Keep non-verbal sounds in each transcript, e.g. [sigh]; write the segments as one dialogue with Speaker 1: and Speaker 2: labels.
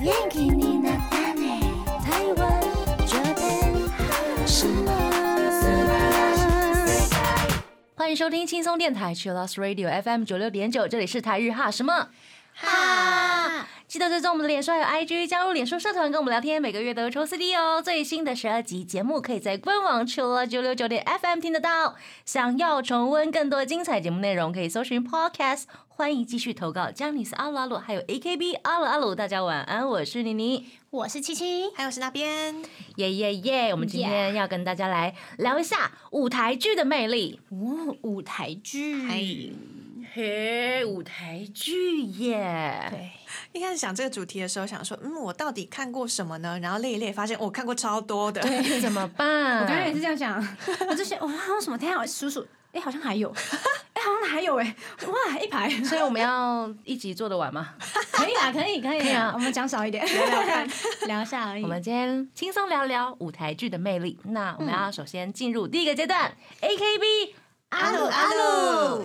Speaker 1: 元気になったね台湾这边什么？
Speaker 2: 欢迎收听轻松电台 Chillus Radio FM 九六点九，这里是台日哈什么哈。记得追踪我们的脸书还有 IG，加入脸书社团跟我们聊天，每个月都有抽 CD 哦。最新的十二集节目可以在官网 Chillus 九六九点 FM 听得到。想要重温更多精彩节目内容，可以搜寻 Podcast。欢迎继续投稿，江尼斯阿鲁阿鲁，还有 AKB 阿鲁阿鲁。大家晚安，我是妮妮。
Speaker 3: 我是七七，
Speaker 4: 还有是那边，
Speaker 2: 耶耶耶！我们今天要跟大家来聊一下舞台剧的魅力。
Speaker 3: 哦，舞台剧，
Speaker 4: 哎，
Speaker 2: 嘿，舞台剧耶！
Speaker 3: 对，
Speaker 4: 一开始想这个主题的时候，想说，嗯，我到底看过什么呢？然后列一列，发现哦我看过超多的，
Speaker 2: 怎么办？
Speaker 3: 我刚刚也是这样想，我就想，哇，还有什么？天啊，我数数，哎，好像还有，哎，好像还有，哎，哇，一排，
Speaker 2: [laughs] 所以我们要一集做得完吗？
Speaker 3: [laughs] 可以啦，可以，可以
Speaker 2: 可以啊
Speaker 3: [laughs] 我们讲少一点，聊聊看， [laughs] 聊一下而已
Speaker 2: 我。们今天轻松聊聊舞台剧的魅力。那我们
Speaker 3: 嗯
Speaker 2: 要首先进入第一个阶段，AKB 阿鲁阿鲁。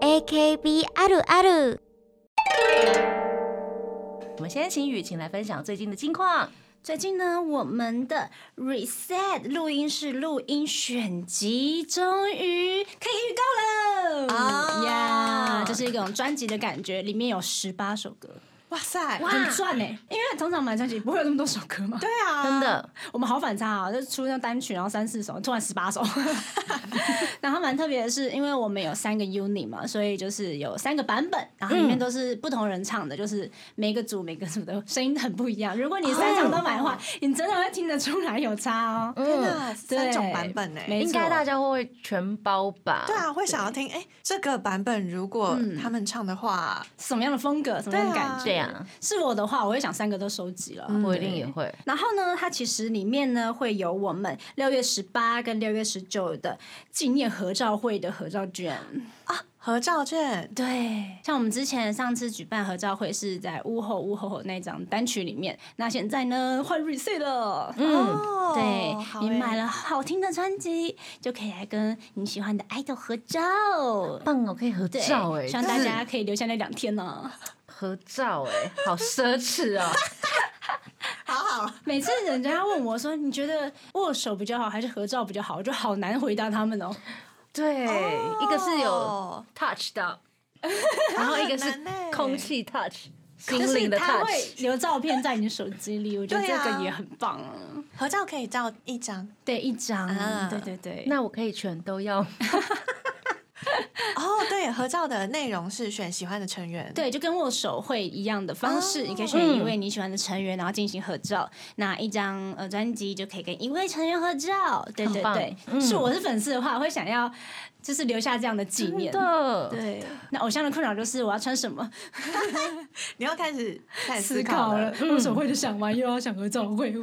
Speaker 1: AKB あるある
Speaker 2: 我们先请雨晴来分享最近的近况。
Speaker 3: 最近呢，我们的 Reset 录音室录音选集终于可以预告了
Speaker 4: 啊
Speaker 3: 呀！这是一种专辑的感觉，里面有十八首歌，
Speaker 4: [laughs] 哇塞，
Speaker 2: 哇
Speaker 3: 很赚呢。欸因为通常买专辑不会有那么多首歌嘛，
Speaker 4: 对啊，
Speaker 2: 真的，
Speaker 3: [laughs] 我们好反差啊！就出那单曲，然后三四首，突然十八首。 [laughs] 然后蛮特别的是，因为我们有三个 unit 嘛，所以就是有三个版本，然后里
Speaker 4: 嗯
Speaker 3: 面都是不同人唱的，就是每个组每个组的声音很不一样。如果你三场都买的话，
Speaker 4: 哦
Speaker 3: 你真的会听得出来有差哦。
Speaker 4: 真
Speaker 2: 嗯，
Speaker 4: 的
Speaker 3: 对
Speaker 4: 三种版本呢。欸
Speaker 3: 没
Speaker 2: 应
Speaker 3: 错
Speaker 2: 该大家会全包吧？
Speaker 4: 对啊，会想要听，哎，这个版本如果他们唱的话，
Speaker 3: 什么样的风格，什么样的
Speaker 4: 对啊嗯
Speaker 3: 感觉？
Speaker 2: 对呀，
Speaker 3: 是我的话，我会想三个都收集了。
Speaker 2: 我一定也会。
Speaker 3: 然后呢，它其实里面呢会有我们六月十八跟六月十九的纪念合照会的合照卷。
Speaker 4: 合照券，
Speaker 3: 对，像我们之前上次举办合照会是在屋后屋后后那张单曲里面，那现在呢换 reset 了。
Speaker 2: 嗯，
Speaker 4: 哦
Speaker 3: 对，
Speaker 4: 好
Speaker 3: 你
Speaker 4: 哎
Speaker 3: 买了好听的专辑，就可以来跟你喜欢的 idol 合照。
Speaker 2: 棒哦，可以合
Speaker 3: 对，
Speaker 2: 照哎，
Speaker 3: 希望大
Speaker 2: 就是
Speaker 3: 家可以留下那两天呢、
Speaker 2: 合照哎，好奢侈 [laughs] 哦。
Speaker 4: 好好，
Speaker 3: 每次人家问我说：“你觉得握手比较好，还是合照比较好？”我就好难回答他们哦。
Speaker 2: 对，
Speaker 4: 哦
Speaker 2: 一个是有 touch 到，然后一个是
Speaker 4: 很难欸
Speaker 2: 空气 touch，心
Speaker 3: 就
Speaker 2: 灵
Speaker 3: 是
Speaker 2: 的
Speaker 3: 他
Speaker 2: touch
Speaker 3: 会。留照片在你手机里，我觉得
Speaker 4: 对
Speaker 3: 这
Speaker 4: 啊
Speaker 3: 个也很棒啊。
Speaker 4: 合照可以照一张
Speaker 3: 对，一张，
Speaker 4: 啊
Speaker 3: 对对对。
Speaker 2: 那我可以全都 [laughs] 要吗，
Speaker 4: 哦，对，合照的内容是选喜欢的成员，，
Speaker 3: 对，就跟握手会一样的方式，你可以选一位你喜欢的成员，然后进行合照。那一张呃专辑就可以跟一位成员合照。对对
Speaker 2: 棒
Speaker 3: 对，
Speaker 2: 嗯
Speaker 3: 是我是粉丝的话，我会想要就是留下这样的纪念。
Speaker 2: 的
Speaker 3: 对，那偶像的困扰就是我要穿什么，
Speaker 4: 你要开始开始
Speaker 3: 思
Speaker 4: 思
Speaker 3: 考
Speaker 4: 考
Speaker 3: 了嗯
Speaker 4: 了，，
Speaker 3: 握手会就想玩，又要想合照会，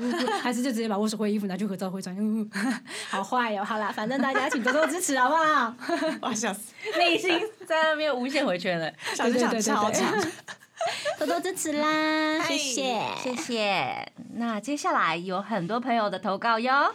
Speaker 3: 还是就直接把握手会衣服拿去合照会穿，呜 [laughs] 好坏哦。好啦，反正大家请多多支持，好不好？
Speaker 4: [laughs] 哇，笑死，
Speaker 2: 内心在那边无限回圈了。
Speaker 4: 想
Speaker 3: [laughs] 对
Speaker 4: 就
Speaker 3: 对
Speaker 4: 想超
Speaker 3: 对对
Speaker 4: 长，
Speaker 3: [laughs] 多多支持啦，
Speaker 4: 嗨
Speaker 3: [laughs] 谢谢。
Speaker 2: [laughs] 谢谢。那接下来有很多朋友的投稿哟，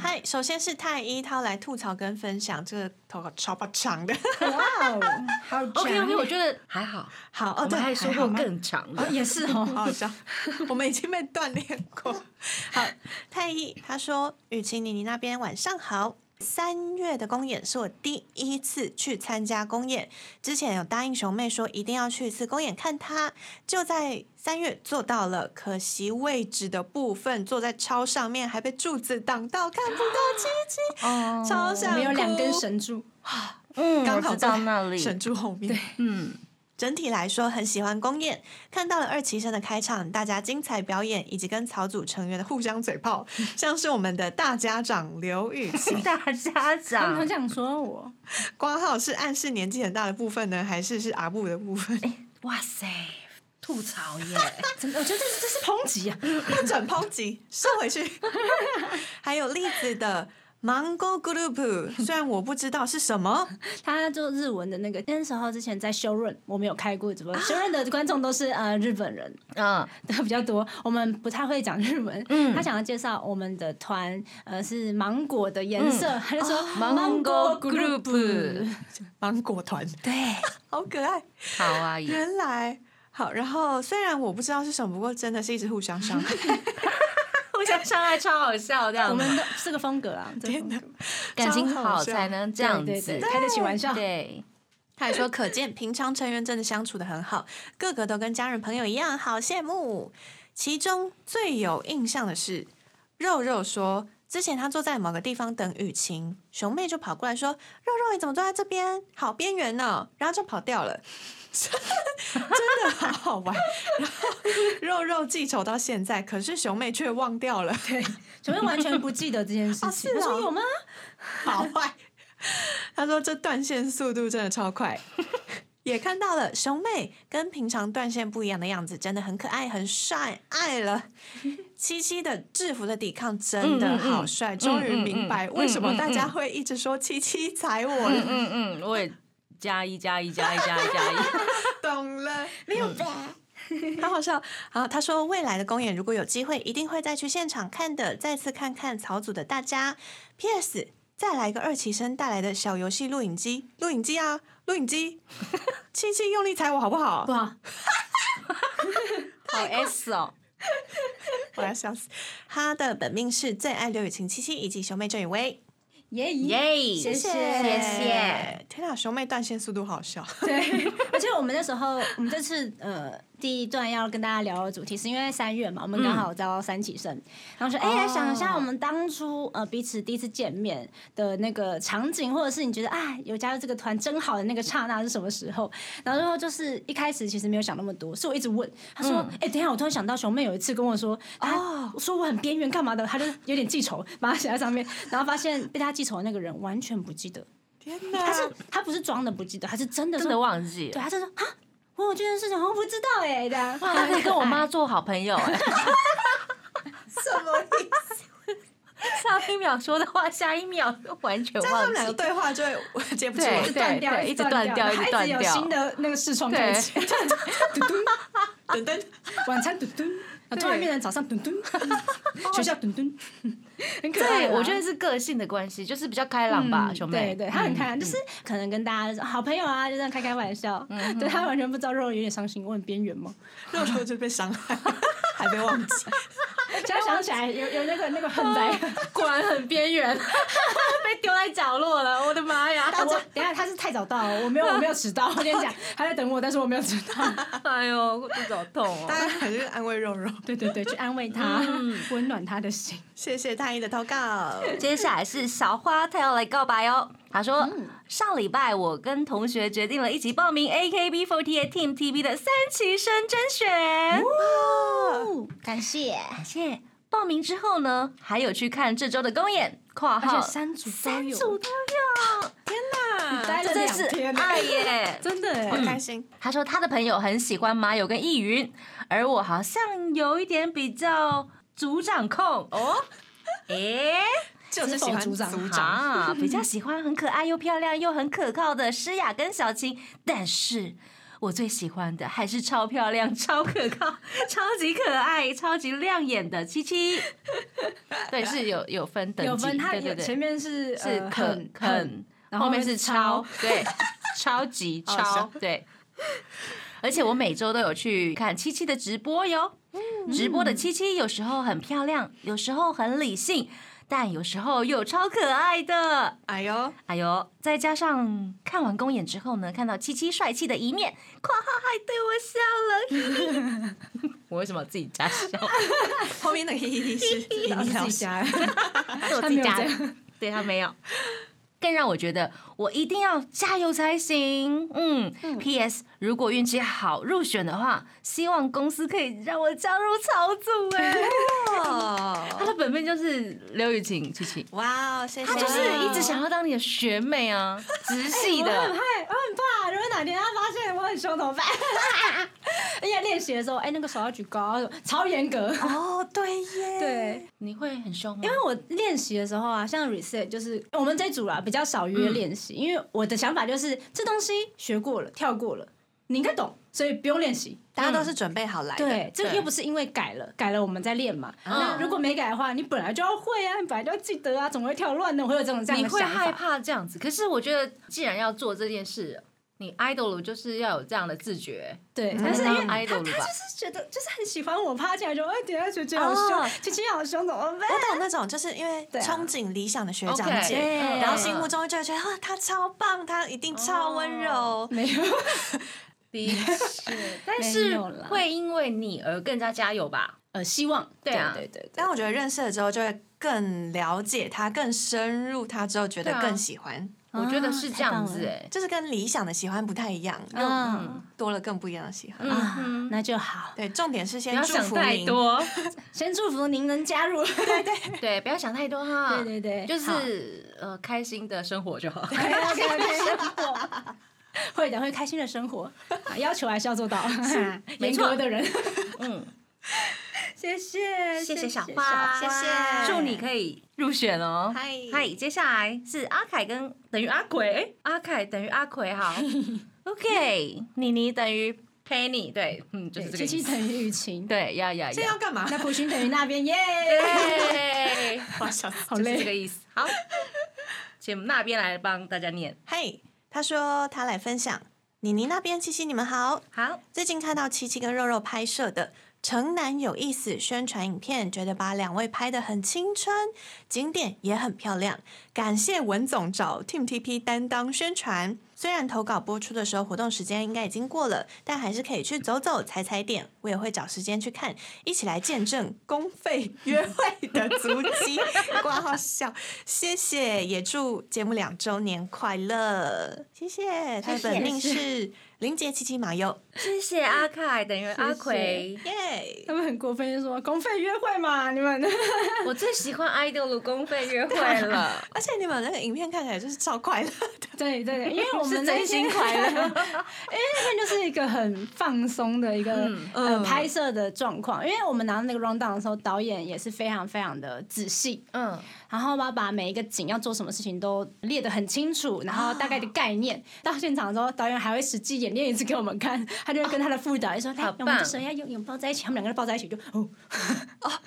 Speaker 4: 嗨，首先是太一涛来吐槽跟分享，这个投稿超爆长的。 [laughs]
Speaker 3: 哇哦，好
Speaker 2: OK
Speaker 3: 长
Speaker 2: OK，我觉得还好，
Speaker 4: 好，
Speaker 2: 我
Speaker 4: 欸哦，对，
Speaker 2: 们还说
Speaker 4: 好
Speaker 2: 过
Speaker 4: 吗
Speaker 2: 更长的。
Speaker 3: 也是
Speaker 4: 好
Speaker 3: 哦。
Speaker 4: 好笑， [laughs] 我们已经被锻炼过。 [laughs] 好，太一他说：“雨晴，你你那边晚上好。”三月的公演是我第一次去参加公演，之前有答应熊妹说一定要去一次公演看她，就在三月做到了，可惜位置的部分坐在超上面，还被柱子挡到，看不到七七，
Speaker 2: 哦
Speaker 4: 超想
Speaker 3: 我们有
Speaker 4: 哭
Speaker 3: 两根神柱，
Speaker 2: 嗯，
Speaker 4: 刚
Speaker 2: 我
Speaker 4: 好
Speaker 2: 知
Speaker 4: 在
Speaker 2: 道那里。
Speaker 4: 神柱后面。
Speaker 2: 嗯，
Speaker 4: 整体来说很喜欢公演，看到了二期生的开场，大家精彩表演，以及跟草组成员的互相嘴
Speaker 2: [laughs]
Speaker 4: 炮，像是我们的大家长刘雨晴，
Speaker 2: 大家
Speaker 3: 他们
Speaker 2: 长
Speaker 3: 都这样说我。
Speaker 4: [laughs] 挂号是暗示年纪很大的部分呢，还是是阿布的部分？
Speaker 2: 哇塞，吐槽 [laughs] 耶！
Speaker 3: 真的，我觉得这是这是抨击啊！
Speaker 2: 哎
Speaker 4: 不准抨击，收
Speaker 2: [laughs]
Speaker 4: 回去。还有栗子的 Mango Group，虽然我不知道是什
Speaker 2: [laughs]
Speaker 4: 么，
Speaker 3: 他做日文的那个，那时候之前在修润，我们有开过直播。修润的观众都是呃日本人，
Speaker 2: 嗯，
Speaker 3: 的 [laughs] 比较多，我们不太会讲日文。
Speaker 2: 嗯
Speaker 3: 他想要介绍我们的团，呃，是芒果的颜色，他就说
Speaker 2: 哦 Mango
Speaker 3: Group
Speaker 2: Group
Speaker 4: 芒果团，
Speaker 3: 对，
Speaker 4: [laughs] 好可爱。
Speaker 2: 好啊，也
Speaker 4: 原来好，然后虽然我不知道是什么，不过真的是一直互相伤害。
Speaker 2: 互相伤害超好笑这
Speaker 3: [laughs] 我
Speaker 2: 样子，
Speaker 3: 们的这个风格啊，这个
Speaker 4: 天
Speaker 3: 风
Speaker 4: 哪
Speaker 3: 格，
Speaker 2: 感情
Speaker 4: 超好
Speaker 2: 好
Speaker 4: 笑 [laughs]
Speaker 2: 才能这
Speaker 3: 对
Speaker 2: 样
Speaker 3: 对
Speaker 2: 子
Speaker 3: 对。开得起玩笑，
Speaker 2: 对，
Speaker 4: 他还说，可见平常成员真的相处的很好，个个都跟家人朋友一样，好羡慕。其中最有印象的是，肉肉说，之前他坐在某个地方等雨晴，熊妹就跑过来说：“肉肉，你怎么坐在这边？好边缘呢、然后就跑掉了， [laughs] 真的好好玩。 [laughs] 然后肉肉记仇到现在，可是熊妹却忘掉了，
Speaker 3: 前面完全不记得这件事
Speaker 4: 哦是
Speaker 3: 情。我
Speaker 4: 哦
Speaker 3: 说有吗？
Speaker 4: 好坏。 [laughs] 他说这断线速度真的超快，也看到了熊妹跟平常断线不一样的样子，真的很可爱，很帅，爱了。七七的制服的抵抗真的好帅，终于明白为什么大家会一直说七七踩我了，
Speaker 2: 嗯嗯，我也加一加一加一加一加一，
Speaker 4: 懂了。
Speaker 1: 没有吧？ [laughs]
Speaker 4: 好好笑。好，他说未来的公演如果有机会，一定会再去现场看的，再次看看草组的大家。P.S. 再来一个二期生带来的小游戏录影机，录影机啊，录影机，七七用力踩我好不好？
Speaker 3: 哇，
Speaker 2: 好 S 哦，
Speaker 4: 我要笑死。他的本命是最爱刘雨晴七七以及熊妹郑雨薇，
Speaker 3: 耶
Speaker 2: 耶
Speaker 3: 谢！谢
Speaker 2: 谢谢。
Speaker 4: 天啊，熊妹断线速度好笑，
Speaker 3: [laughs] 对，而且我们那时候，我们这次呃第一段要跟大家聊的主题是因为三月嘛，我们刚好招三起生，然后说哎、来想一下我们当初呃彼此第一次见面的那个场景，或者是你觉得啊有加入这个团真好的那个刹那是什么时候？然后就是一开始其实没有想那么多，是我一直问他说
Speaker 2: 嗯
Speaker 3: 哎、等一下我突然想到熊妹有一次跟我说她
Speaker 4: 哦
Speaker 3: 说我很边缘干嘛的，他就有点记仇，把它写在上面，然后发现被他记仇的那个人完全不记得，
Speaker 4: 天
Speaker 3: 他是
Speaker 4: 哪！
Speaker 3: 他不是装的不记得，他是真的
Speaker 2: 真
Speaker 3: 说
Speaker 2: 的忘记
Speaker 3: 对，
Speaker 2: 了。
Speaker 3: 他就说啊，我有这件事情，我不知道哎、欸，
Speaker 2: [laughs]
Speaker 3: 这样
Speaker 2: 哇，他可以啊跟我妈做好朋友、哎
Speaker 4: 什么意思？
Speaker 2: 上一秒说的话，下一秒就完全
Speaker 4: [laughs] 但他们
Speaker 2: 忘
Speaker 4: 两个
Speaker 2: 记。
Speaker 4: 对话就会 [laughs] 我接不住
Speaker 2: 对
Speaker 4: 了
Speaker 3: 一直哎断掉，
Speaker 2: 哎对对一
Speaker 3: 掉，
Speaker 2: 直断掉
Speaker 3: 然后
Speaker 2: 一直断
Speaker 3: 有
Speaker 2: 掉
Speaker 3: 新的那个视窗开启，嘟嘟，
Speaker 4: 等等，
Speaker 3: [laughs] 晚餐嘟嘟，然后突然变成早
Speaker 2: [laughs]
Speaker 3: 上嘟嘟，学校嘟嘟，很可爱
Speaker 2: 对，
Speaker 3: 啦。
Speaker 2: 我觉得是个性的关系，就是比较开朗吧，
Speaker 3: 嗯
Speaker 2: 兄妹。
Speaker 3: 对对，他很开朗，
Speaker 2: 嗯
Speaker 3: 就是可能跟大家就是好朋友啊，就这样开开玩笑。
Speaker 2: 嗯
Speaker 3: 对他完全不知道肉肉有点伤心，我很
Speaker 2: [laughs]
Speaker 3: 边缘吗？
Speaker 4: 肉肉就被伤害，还被忘 [laughs] 记。
Speaker 3: 现在想起来有有那个那个恨
Speaker 2: [laughs]
Speaker 3: 在。
Speaker 2: 果然很边缘， [laughs] 被丢在角落了，我的妈呀！
Speaker 3: 我等一下他是太早到了，我没
Speaker 2: [laughs]
Speaker 3: 有我没有迟到，我跟你讲，他在等我，但是我没有迟到。
Speaker 2: 哎呦，肚子好痛
Speaker 4: 大
Speaker 2: 哦。
Speaker 4: 家还是安慰肉肉，
Speaker 3: 对对对，去安慰他，
Speaker 2: 嗯
Speaker 3: 温暖他的心。
Speaker 4: 谢谢太一的投稿。
Speaker 2: [laughs] 接下来是小花，她要来告白哦。她说，
Speaker 3: 嗯
Speaker 2: 上礼拜我跟同学决定了一起报名 AKB48 Team TB 的三期生甄选。
Speaker 1: 感谢。
Speaker 2: 感谢报名之后呢，还有去看这周的公演（括号
Speaker 3: 而且三组都
Speaker 2: 三
Speaker 3: 有啊
Speaker 2: 组都有，
Speaker 3: 待
Speaker 2: 这
Speaker 3: 了
Speaker 2: 真
Speaker 3: 两
Speaker 2: 是
Speaker 3: 天，
Speaker 2: 爱耶！
Speaker 3: 啊
Speaker 2: [laughs]
Speaker 3: 真的
Speaker 4: 好
Speaker 3: 哎，
Speaker 4: 开心，
Speaker 2: 他说他的朋友很喜欢马友跟易云，而我好像有一点比较组长控哦。诶、
Speaker 4: 就是喜欢
Speaker 3: 是否组长
Speaker 4: 组长。
Speaker 2: 啊，比较 [laughs] 喜欢很可爱又漂亮又很可靠的诗雅跟小晴，但是我最喜欢的还是超漂亮、超可靠、超级可爱、超级亮眼的七七。对，是有有分等级，
Speaker 3: 有分，他
Speaker 2: 对
Speaker 3: 有
Speaker 2: 对对，
Speaker 3: 前面是
Speaker 2: 是
Speaker 3: 呃
Speaker 2: 可
Speaker 3: 很很
Speaker 2: 肯，
Speaker 3: 然
Speaker 2: 后
Speaker 3: 后
Speaker 2: 面
Speaker 3: 面
Speaker 2: 是
Speaker 3: 是
Speaker 2: 超
Speaker 3: 超，
Speaker 2: 对， [laughs] 超级
Speaker 4: 好
Speaker 2: 超
Speaker 4: 笑，
Speaker 2: 对。而且我每周都有去看七七的直播哟，直播的七七有时候很漂亮，有时候很理性，但有时候又超可爱的。
Speaker 4: 哎呦，
Speaker 2: 哎呦，再加上看完公演之后呢，看到七七帅气的一面，括号还对我笑了。 [laughs] 我为什么自己加笑？
Speaker 4: 后面那个嘿嘿嘿是一定要
Speaker 3: 自己家人，
Speaker 2: [laughs] 是我自己加的，对他没有。更让我觉得我一定要加油才行。嗯 p s 如果运气好入选的话，希望公司可以让我加入草组、 [laughs] 哎，
Speaker 4: 哦
Speaker 2: 他的本命就是刘雨晴七七，
Speaker 4: 哇哦，谢谢。
Speaker 2: 他就是一直想要当你的学妹啊，直系
Speaker 3: [laughs] 我很
Speaker 2: 的
Speaker 3: 害，。我很怕，如果哪天他发现我很凶怎么办？ [laughs] 而且练习的时候，哎，那个手要举高，超严格。
Speaker 4: 哦，对耶，
Speaker 3: [laughs] 对，
Speaker 2: 你会很凶吗？
Speaker 3: 因为我练习的时候啊，像 reset 就是我们这组啦啊比较少约练习，因为我的想法就是这东西学过了，跳过了，你应该懂，所以不用练习。
Speaker 4: 大家都是准备好来的。
Speaker 3: 对，这个
Speaker 2: 对
Speaker 3: 又不是因为改了，改了我们再练嘛。那如果没改的话，你本来就要会啊，你本来就要记得啊，怎么会跳乱呢？我会有这种这样
Speaker 2: 你
Speaker 3: 的
Speaker 2: 会
Speaker 3: 想法。
Speaker 2: 害怕这样子，可是我觉得既然要做这件事，你 idol 就是要有这样的自觉，
Speaker 3: 对，
Speaker 2: 才
Speaker 3: 但是
Speaker 2: 能
Speaker 3: 因
Speaker 2: 当
Speaker 3: 为
Speaker 2: idol 吧？
Speaker 3: 就是觉得就是很喜欢我，趴起来就哎，等一下姐姐好
Speaker 2: 哦
Speaker 3: 凶，姐姐好凶，怎么办？ [laughs]
Speaker 4: 我懂那种，就是因为
Speaker 3: 对啊
Speaker 4: 憧憬理想的学长
Speaker 2: OK 嗯
Speaker 4: 姐
Speaker 3: 对
Speaker 4: 然后心目中就会觉得啊，他超棒，他一定超温柔。
Speaker 2: 哦
Speaker 3: 没有，
Speaker 2: 的确，但是会因为你而更加加油吧？
Speaker 3: 呃，希望，
Speaker 2: 对啊
Speaker 3: 对对对
Speaker 4: 但，我觉得认识了之后，就会更了解他，更深入他之后，觉
Speaker 2: 对
Speaker 4: 得
Speaker 2: 啊
Speaker 4: 更喜欢，
Speaker 2: 我觉得是这样子哎、
Speaker 4: 就是跟理想的喜欢不太一样，又
Speaker 3: 嗯
Speaker 4: 多了更不一样的喜欢。
Speaker 2: 嗯
Speaker 3: 啊
Speaker 2: 哼，
Speaker 3: 那就好，
Speaker 4: 对，重点是
Speaker 2: 不
Speaker 4: 先
Speaker 2: 要
Speaker 4: 祝
Speaker 2: 想
Speaker 4: 福
Speaker 2: 太
Speaker 4: 您，
Speaker 2: 多，
Speaker 3: 先祝福您能加入， [laughs] 对对
Speaker 2: [laughs] 对，不要想太多哈。
Speaker 3: 对对，
Speaker 2: 就是呃，开心的生活就好。
Speaker 3: OK OK 生活。会的，会开心的生活，啊要求还是要做到。
Speaker 2: 没
Speaker 3: 严
Speaker 2: 错
Speaker 3: 格的人，
Speaker 2: 嗯，
Speaker 3: [laughs] 谢哎
Speaker 2: [laughs]
Speaker 3: 谢
Speaker 2: 谢谢小花，
Speaker 4: 谢谢
Speaker 2: 祝你可以入选哦。
Speaker 4: 嗨
Speaker 2: 嗨，接下来是阿凯跟等于阿奎，阿凯等于阿奎，好，OK，妮妮等于 Penny，对，嗯，就是这个
Speaker 3: 七
Speaker 2: 意
Speaker 3: 七
Speaker 2: 思。
Speaker 3: 等于雨晴，
Speaker 2: 对，呀呀
Speaker 4: 这要
Speaker 2: 呀，
Speaker 4: 干
Speaker 2: [laughs]
Speaker 4: 嘛？ [laughs]
Speaker 3: 那普寻等于那边耶， [laughs]
Speaker 2: 对，
Speaker 4: 好笑死。
Speaker 3: 好
Speaker 2: 就是这个
Speaker 3: 累。
Speaker 2: 意思。好， [laughs] 请我们那边来帮大家念。
Speaker 4: 嘿，他说他来分享，妮妮那边，七七你们好，
Speaker 2: 好，
Speaker 4: 最近看到七七跟肉肉拍摄的《城南有意思》宣传影片，觉得把两位拍得很青春，景点也很漂亮。感谢文总找 Team TP 担当宣传。虽然投稿播出的时候活动时间应该已经过了，但还是可以去走走、踩踩点。我也会找时间去看，一起来见证公费约会的足 [laughs] 迹。挂号笑，谢谢，也祝节目两周年快乐，谢谢。他的本命是林杰七七马优，
Speaker 2: 谢谢阿凯等于阿奎。
Speaker 4: 耶
Speaker 3: 他们很过分，就说公费约会嘛，你们
Speaker 2: 我最喜欢 idol 的公费约会了。
Speaker 4: 而且你们那个影片看起来就是超快乐的，[laughs]
Speaker 3: [laughs] 对对对，因为我
Speaker 2: 是
Speaker 3: 们那
Speaker 2: 真心
Speaker 3: 天
Speaker 2: 快乐，
Speaker 3: [laughs] 因为那天就是一个很放松的一个、
Speaker 2: 嗯
Speaker 3: 呃
Speaker 4: 嗯
Speaker 3: 拍摄的状况，因为我们拿到那个 round down 的时候，导演也是非常非常的仔细，
Speaker 2: [laughs] 嗯，
Speaker 3: 然后把把每一个景要做什么事情都列得很清楚，然后大概的概念。到现场的时候，导演还会实际演练一次给我们看，他就会跟他的副导演说：“来，我们
Speaker 2: 棒
Speaker 3: 这手要拥拥抱在一起，他们两个就抱在一起就哦，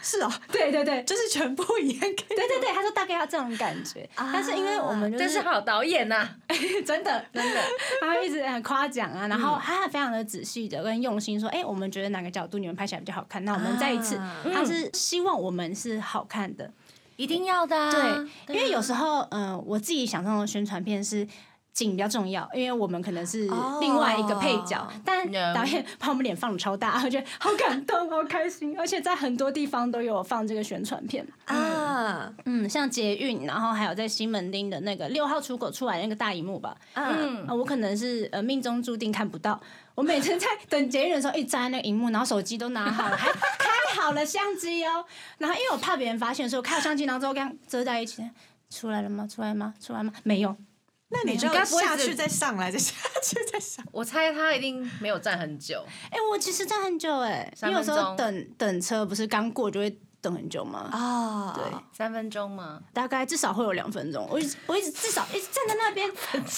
Speaker 4: 是哦，
Speaker 3: 对对对。”
Speaker 4: 就是全部一样给
Speaker 3: [laughs] 对对对，他说大概要这种感觉，啊但是因为我们就
Speaker 2: 真是好导演啊呐！
Speaker 3: [laughs] 真的真的，他会一直很夸奖啊，然后他还非常的仔细的跟用心说，哎、我们觉得哪个角度你们拍起来比较好看，那我们再一次，
Speaker 4: 啊
Speaker 3: 他是希望我们是好看的，
Speaker 2: 一定要的啊，
Speaker 3: 对，因为有时候，嗯、我自己想象中的宣传片是。景比较重要，因为我们可能是另外一个配角
Speaker 4: 哦
Speaker 3: 但
Speaker 2: No
Speaker 3: 导演把我们脸放的超大，我觉得好感动，好开心，而且在很多地方都有放这个宣传片。
Speaker 4: 啊，
Speaker 3: 嗯，像捷运，然后还有在西门町的那个六号出口出来那个大荧幕吧，
Speaker 4: 嗯，
Speaker 3: 啊，我可能是呃命中注定看不到。我每次在等捷运的时候，一站在那个荧幕，然后手机都拿好
Speaker 2: [laughs]
Speaker 3: 了，还开好了相机哦。然后因为我怕别人发现，所以我开好相机，然后之后跟遮在一起。出来了吗？出来吗？出来吗？没有，
Speaker 4: 那你就
Speaker 2: 你该不会
Speaker 4: 下去
Speaker 2: 只
Speaker 4: 再上来，再下去再上，
Speaker 2: 我猜他一定没有站很久，
Speaker 3: 哎、我其实站很久哎、因
Speaker 2: 三
Speaker 3: 为有
Speaker 2: 分
Speaker 3: 时
Speaker 2: 钟
Speaker 3: 候等等车不是刚过就会等很久吗？ [laughs]
Speaker 4: 啊，
Speaker 3: 对，
Speaker 2: 三分钟吗？
Speaker 3: 大概至少会有两分钟。我一直我一直至少一直站在
Speaker 2: [laughs]
Speaker 3: 那边，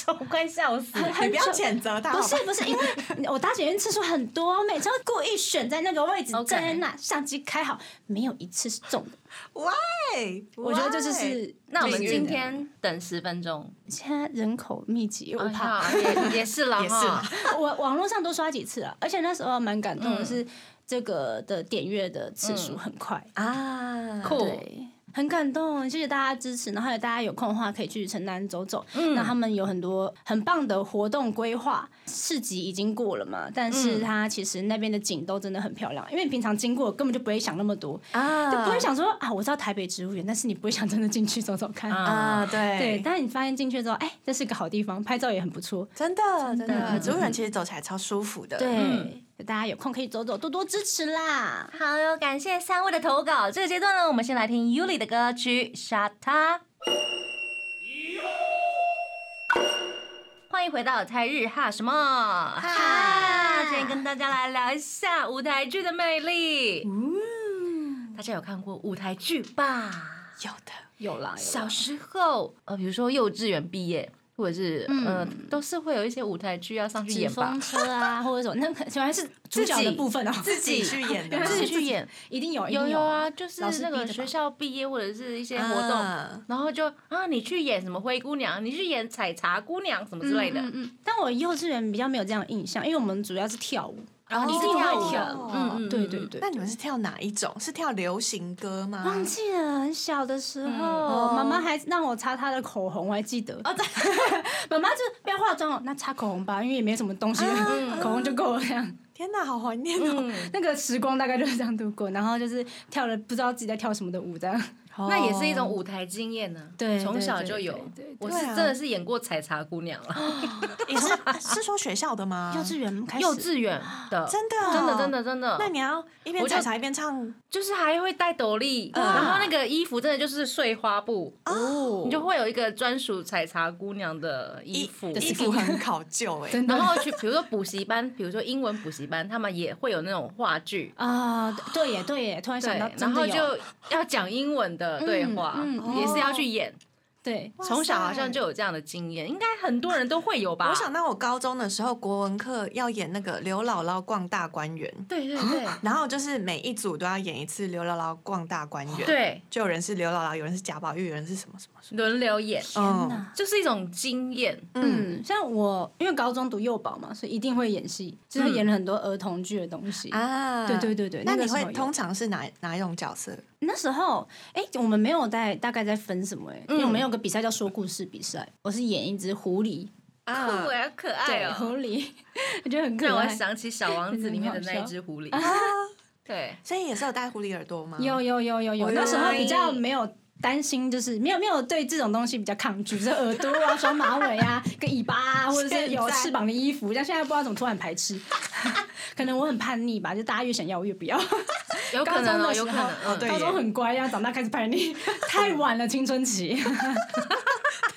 Speaker 2: 我快笑死！
Speaker 4: 你不要谴责他，
Speaker 3: 不
Speaker 4: 好
Speaker 3: 是
Speaker 4: 吧
Speaker 3: 不是，
Speaker 2: [laughs]
Speaker 3: 因为我搭捷运次数很多，我每次都故意选在那个位置
Speaker 2: OK
Speaker 3: 站在那，相机开好，没有一次是中的。
Speaker 4: ，Why？
Speaker 3: 我觉得这就
Speaker 4: Why？
Speaker 3: 是
Speaker 2: 那我们
Speaker 3: 命运
Speaker 2: 今
Speaker 3: 的
Speaker 2: 天等十分钟，
Speaker 3: 现在人口密集，我
Speaker 2: 哎
Speaker 3: 怕。
Speaker 2: 呀也 [laughs] 也是啦，
Speaker 4: 也是啦
Speaker 2: 哈
Speaker 3: 我网络上多刷几次了，而且那时候蛮感动
Speaker 2: 嗯
Speaker 3: 的是，这个的点阅的次数很快，
Speaker 4: 啊，
Speaker 2: 酷
Speaker 3: 嗯对，很感动，谢谢大家支持。然后还有大家有空的话可以去城南走走，
Speaker 2: 嗯
Speaker 3: 那他们有很多很棒的活动规划，市集已经过了嘛，但是
Speaker 2: 嗯
Speaker 3: 它其实那边的景都真的很漂亮，因为平常经过根本就不会想那么多，
Speaker 4: 啊，
Speaker 3: 就不会想说啊，我知道台北植物园，但是你不会想真的进去走走看。
Speaker 4: 啊，
Speaker 2: 啊，
Speaker 4: 对
Speaker 3: 对，但是你发现进去之后，哎、这是个好地方，拍照也很不错。
Speaker 4: 真的真的，
Speaker 3: 的
Speaker 4: 植物园其实走起来超舒服的，
Speaker 3: 对，
Speaker 2: 嗯
Speaker 3: 大家有空可以走走，多多支持啦。
Speaker 2: 好哟，感谢三位的投稿。这个阶段呢，我们先来听 Yuli 的歌曲《杀他》。欢迎回到台日哈什么哈？今天跟大家来聊一下舞台剧的魅力。大家有看过舞台剧吧？
Speaker 4: 有的
Speaker 3: 有啦，有啦
Speaker 2: 小时候，呃，比如说幼稚园毕业，或者是呃，都是会有一些舞台剧要上去
Speaker 3: 纸
Speaker 2: 演吧
Speaker 3: 风，车啊，或者什么，那个原来是主角的部分哦，
Speaker 4: 自己去演的吗，
Speaker 3: 原来
Speaker 2: 自
Speaker 3: 是
Speaker 2: 己去演，
Speaker 3: 一定有，一
Speaker 2: 有
Speaker 3: 定
Speaker 2: 有啊，就是
Speaker 3: 老师
Speaker 2: 那
Speaker 3: 逼
Speaker 2: 个
Speaker 3: 的
Speaker 2: 学
Speaker 3: 吧
Speaker 2: 校毕业或者是一些活动，
Speaker 4: 啊
Speaker 2: 然后就啊，你去演什么灰姑娘，你去演采茶姑娘什么之类的，
Speaker 3: 嗯嗯嗯，但我幼稚园比较没有这样的印象，因为我们主要是跳舞，
Speaker 2: 然后你
Speaker 3: 一
Speaker 2: 是
Speaker 3: 定
Speaker 2: 跳
Speaker 3: 会
Speaker 2: 舞
Speaker 3: 哦跳
Speaker 2: 的，
Speaker 3: 舞，哦
Speaker 2: 嗯嗯，
Speaker 3: 对
Speaker 2: 嗯
Speaker 3: 对
Speaker 2: 嗯
Speaker 3: 对
Speaker 4: 那。你们是跳哪一种？是跳流行歌吗？
Speaker 3: 忘记了，很小的时候，
Speaker 4: 嗯
Speaker 3: 妈妈还让我擦她的口红，我还记得。哦， [laughs] 妈妈就不要化妆哦，那擦口红吧，因为也没什么东西，口红就够了。这样，
Speaker 4: 天哪，好怀念哦！
Speaker 3: 那个时光大概就是这样度过，然后就是跳了不知道自己在跳什么的舞，这样。
Speaker 2: 那也是一种舞台经验呢、
Speaker 3: 嗯哦对对
Speaker 2: 从小
Speaker 3: 对
Speaker 2: 就
Speaker 3: 对
Speaker 2: 有
Speaker 3: 对对。
Speaker 2: 我是
Speaker 4: 对啊
Speaker 2: 真的是演过采茶姑娘了，
Speaker 3: [laughs]
Speaker 4: 你是哦是说学校的吗？
Speaker 3: 幼稚园开始，啊
Speaker 2: 幼稚园的，
Speaker 4: 真的哦
Speaker 2: 真的真的真的。
Speaker 4: 那你要一边
Speaker 2: 我就
Speaker 4: 采茶一边唱
Speaker 2: 就是还会戴斗笠，
Speaker 3: 嗯
Speaker 2: 然后那个衣服真的就是碎花布，
Speaker 3: 嗯
Speaker 4: 哦
Speaker 2: 你就会有一个专属采茶姑娘的衣服。
Speaker 4: 衣服很考究 [laughs] 哎、
Speaker 3: 真的
Speaker 2: 然后去，比如说补习班，比如说英文补习班，他们也会有那种话剧，
Speaker 3: 啊，对耶对耶，突然想
Speaker 2: 对
Speaker 3: 到，，真
Speaker 2: 然
Speaker 3: 的
Speaker 2: 后
Speaker 3: 有
Speaker 2: 就要讲英文的对话，
Speaker 3: 嗯嗯
Speaker 2: 也是要去演。
Speaker 3: 对
Speaker 4: 哇塞
Speaker 2: 从小好像就有这样的经验，应该很多人都会
Speaker 3: 啊
Speaker 2: 有吧？
Speaker 4: 我想到我高中的时候，国文课要演那个刘姥姥逛大观园，
Speaker 2: 对对对
Speaker 4: 然后就是每一组都要演一次刘姥姥逛大观园。，
Speaker 2: 对，
Speaker 4: 就有人是刘姥姥，有人是贾宝玉，有人是什么什么什么。
Speaker 2: 轮流演，
Speaker 4: 嗯
Speaker 2: 就是一种经验。
Speaker 4: 嗯
Speaker 3: 嗯，像我因为高中读幼保嘛，所以一定会演戏，就是演了很多儿童剧的东西。
Speaker 4: 嗯啊
Speaker 3: 嗯对对对对
Speaker 4: 那
Speaker 3: 那个
Speaker 4: 你
Speaker 3: 时候
Speaker 4: 会
Speaker 3: 有
Speaker 4: 通常是哪哪一种角色？
Speaker 3: 那时候，哎、我们没有在大概在分什么、哎、因为
Speaker 4: 嗯
Speaker 3: 我们有个比赛叫说故事比赛，我是演一只狐狸，
Speaker 4: 啊
Speaker 3: 欸
Speaker 2: 好可哦
Speaker 3: 对，狐狸， [laughs] 我觉得很可
Speaker 2: 让我
Speaker 3: 爱。
Speaker 2: 想起《小王子》里面的那一只狐狸。对，
Speaker 4: 所以也是有戴狐狸耳朵吗？ [laughs]
Speaker 3: 有有有有有，
Speaker 4: 我
Speaker 3: 那时候
Speaker 2: 有
Speaker 3: 比较没有担心，就是没有没有对这种东西比较抗拒，就是耳朵啊、双马尾啊、跟尾巴啊，或者是有
Speaker 4: 现在
Speaker 3: 翅膀的衣服。但现在不知道怎么突然排斥， [laughs] 可能我很叛逆吧，就大家越想要我越不要。
Speaker 2: 有可能哦，有可能。
Speaker 4: 哦对
Speaker 3: 高中很乖，然后长大开始叛逆，太晚了青春期。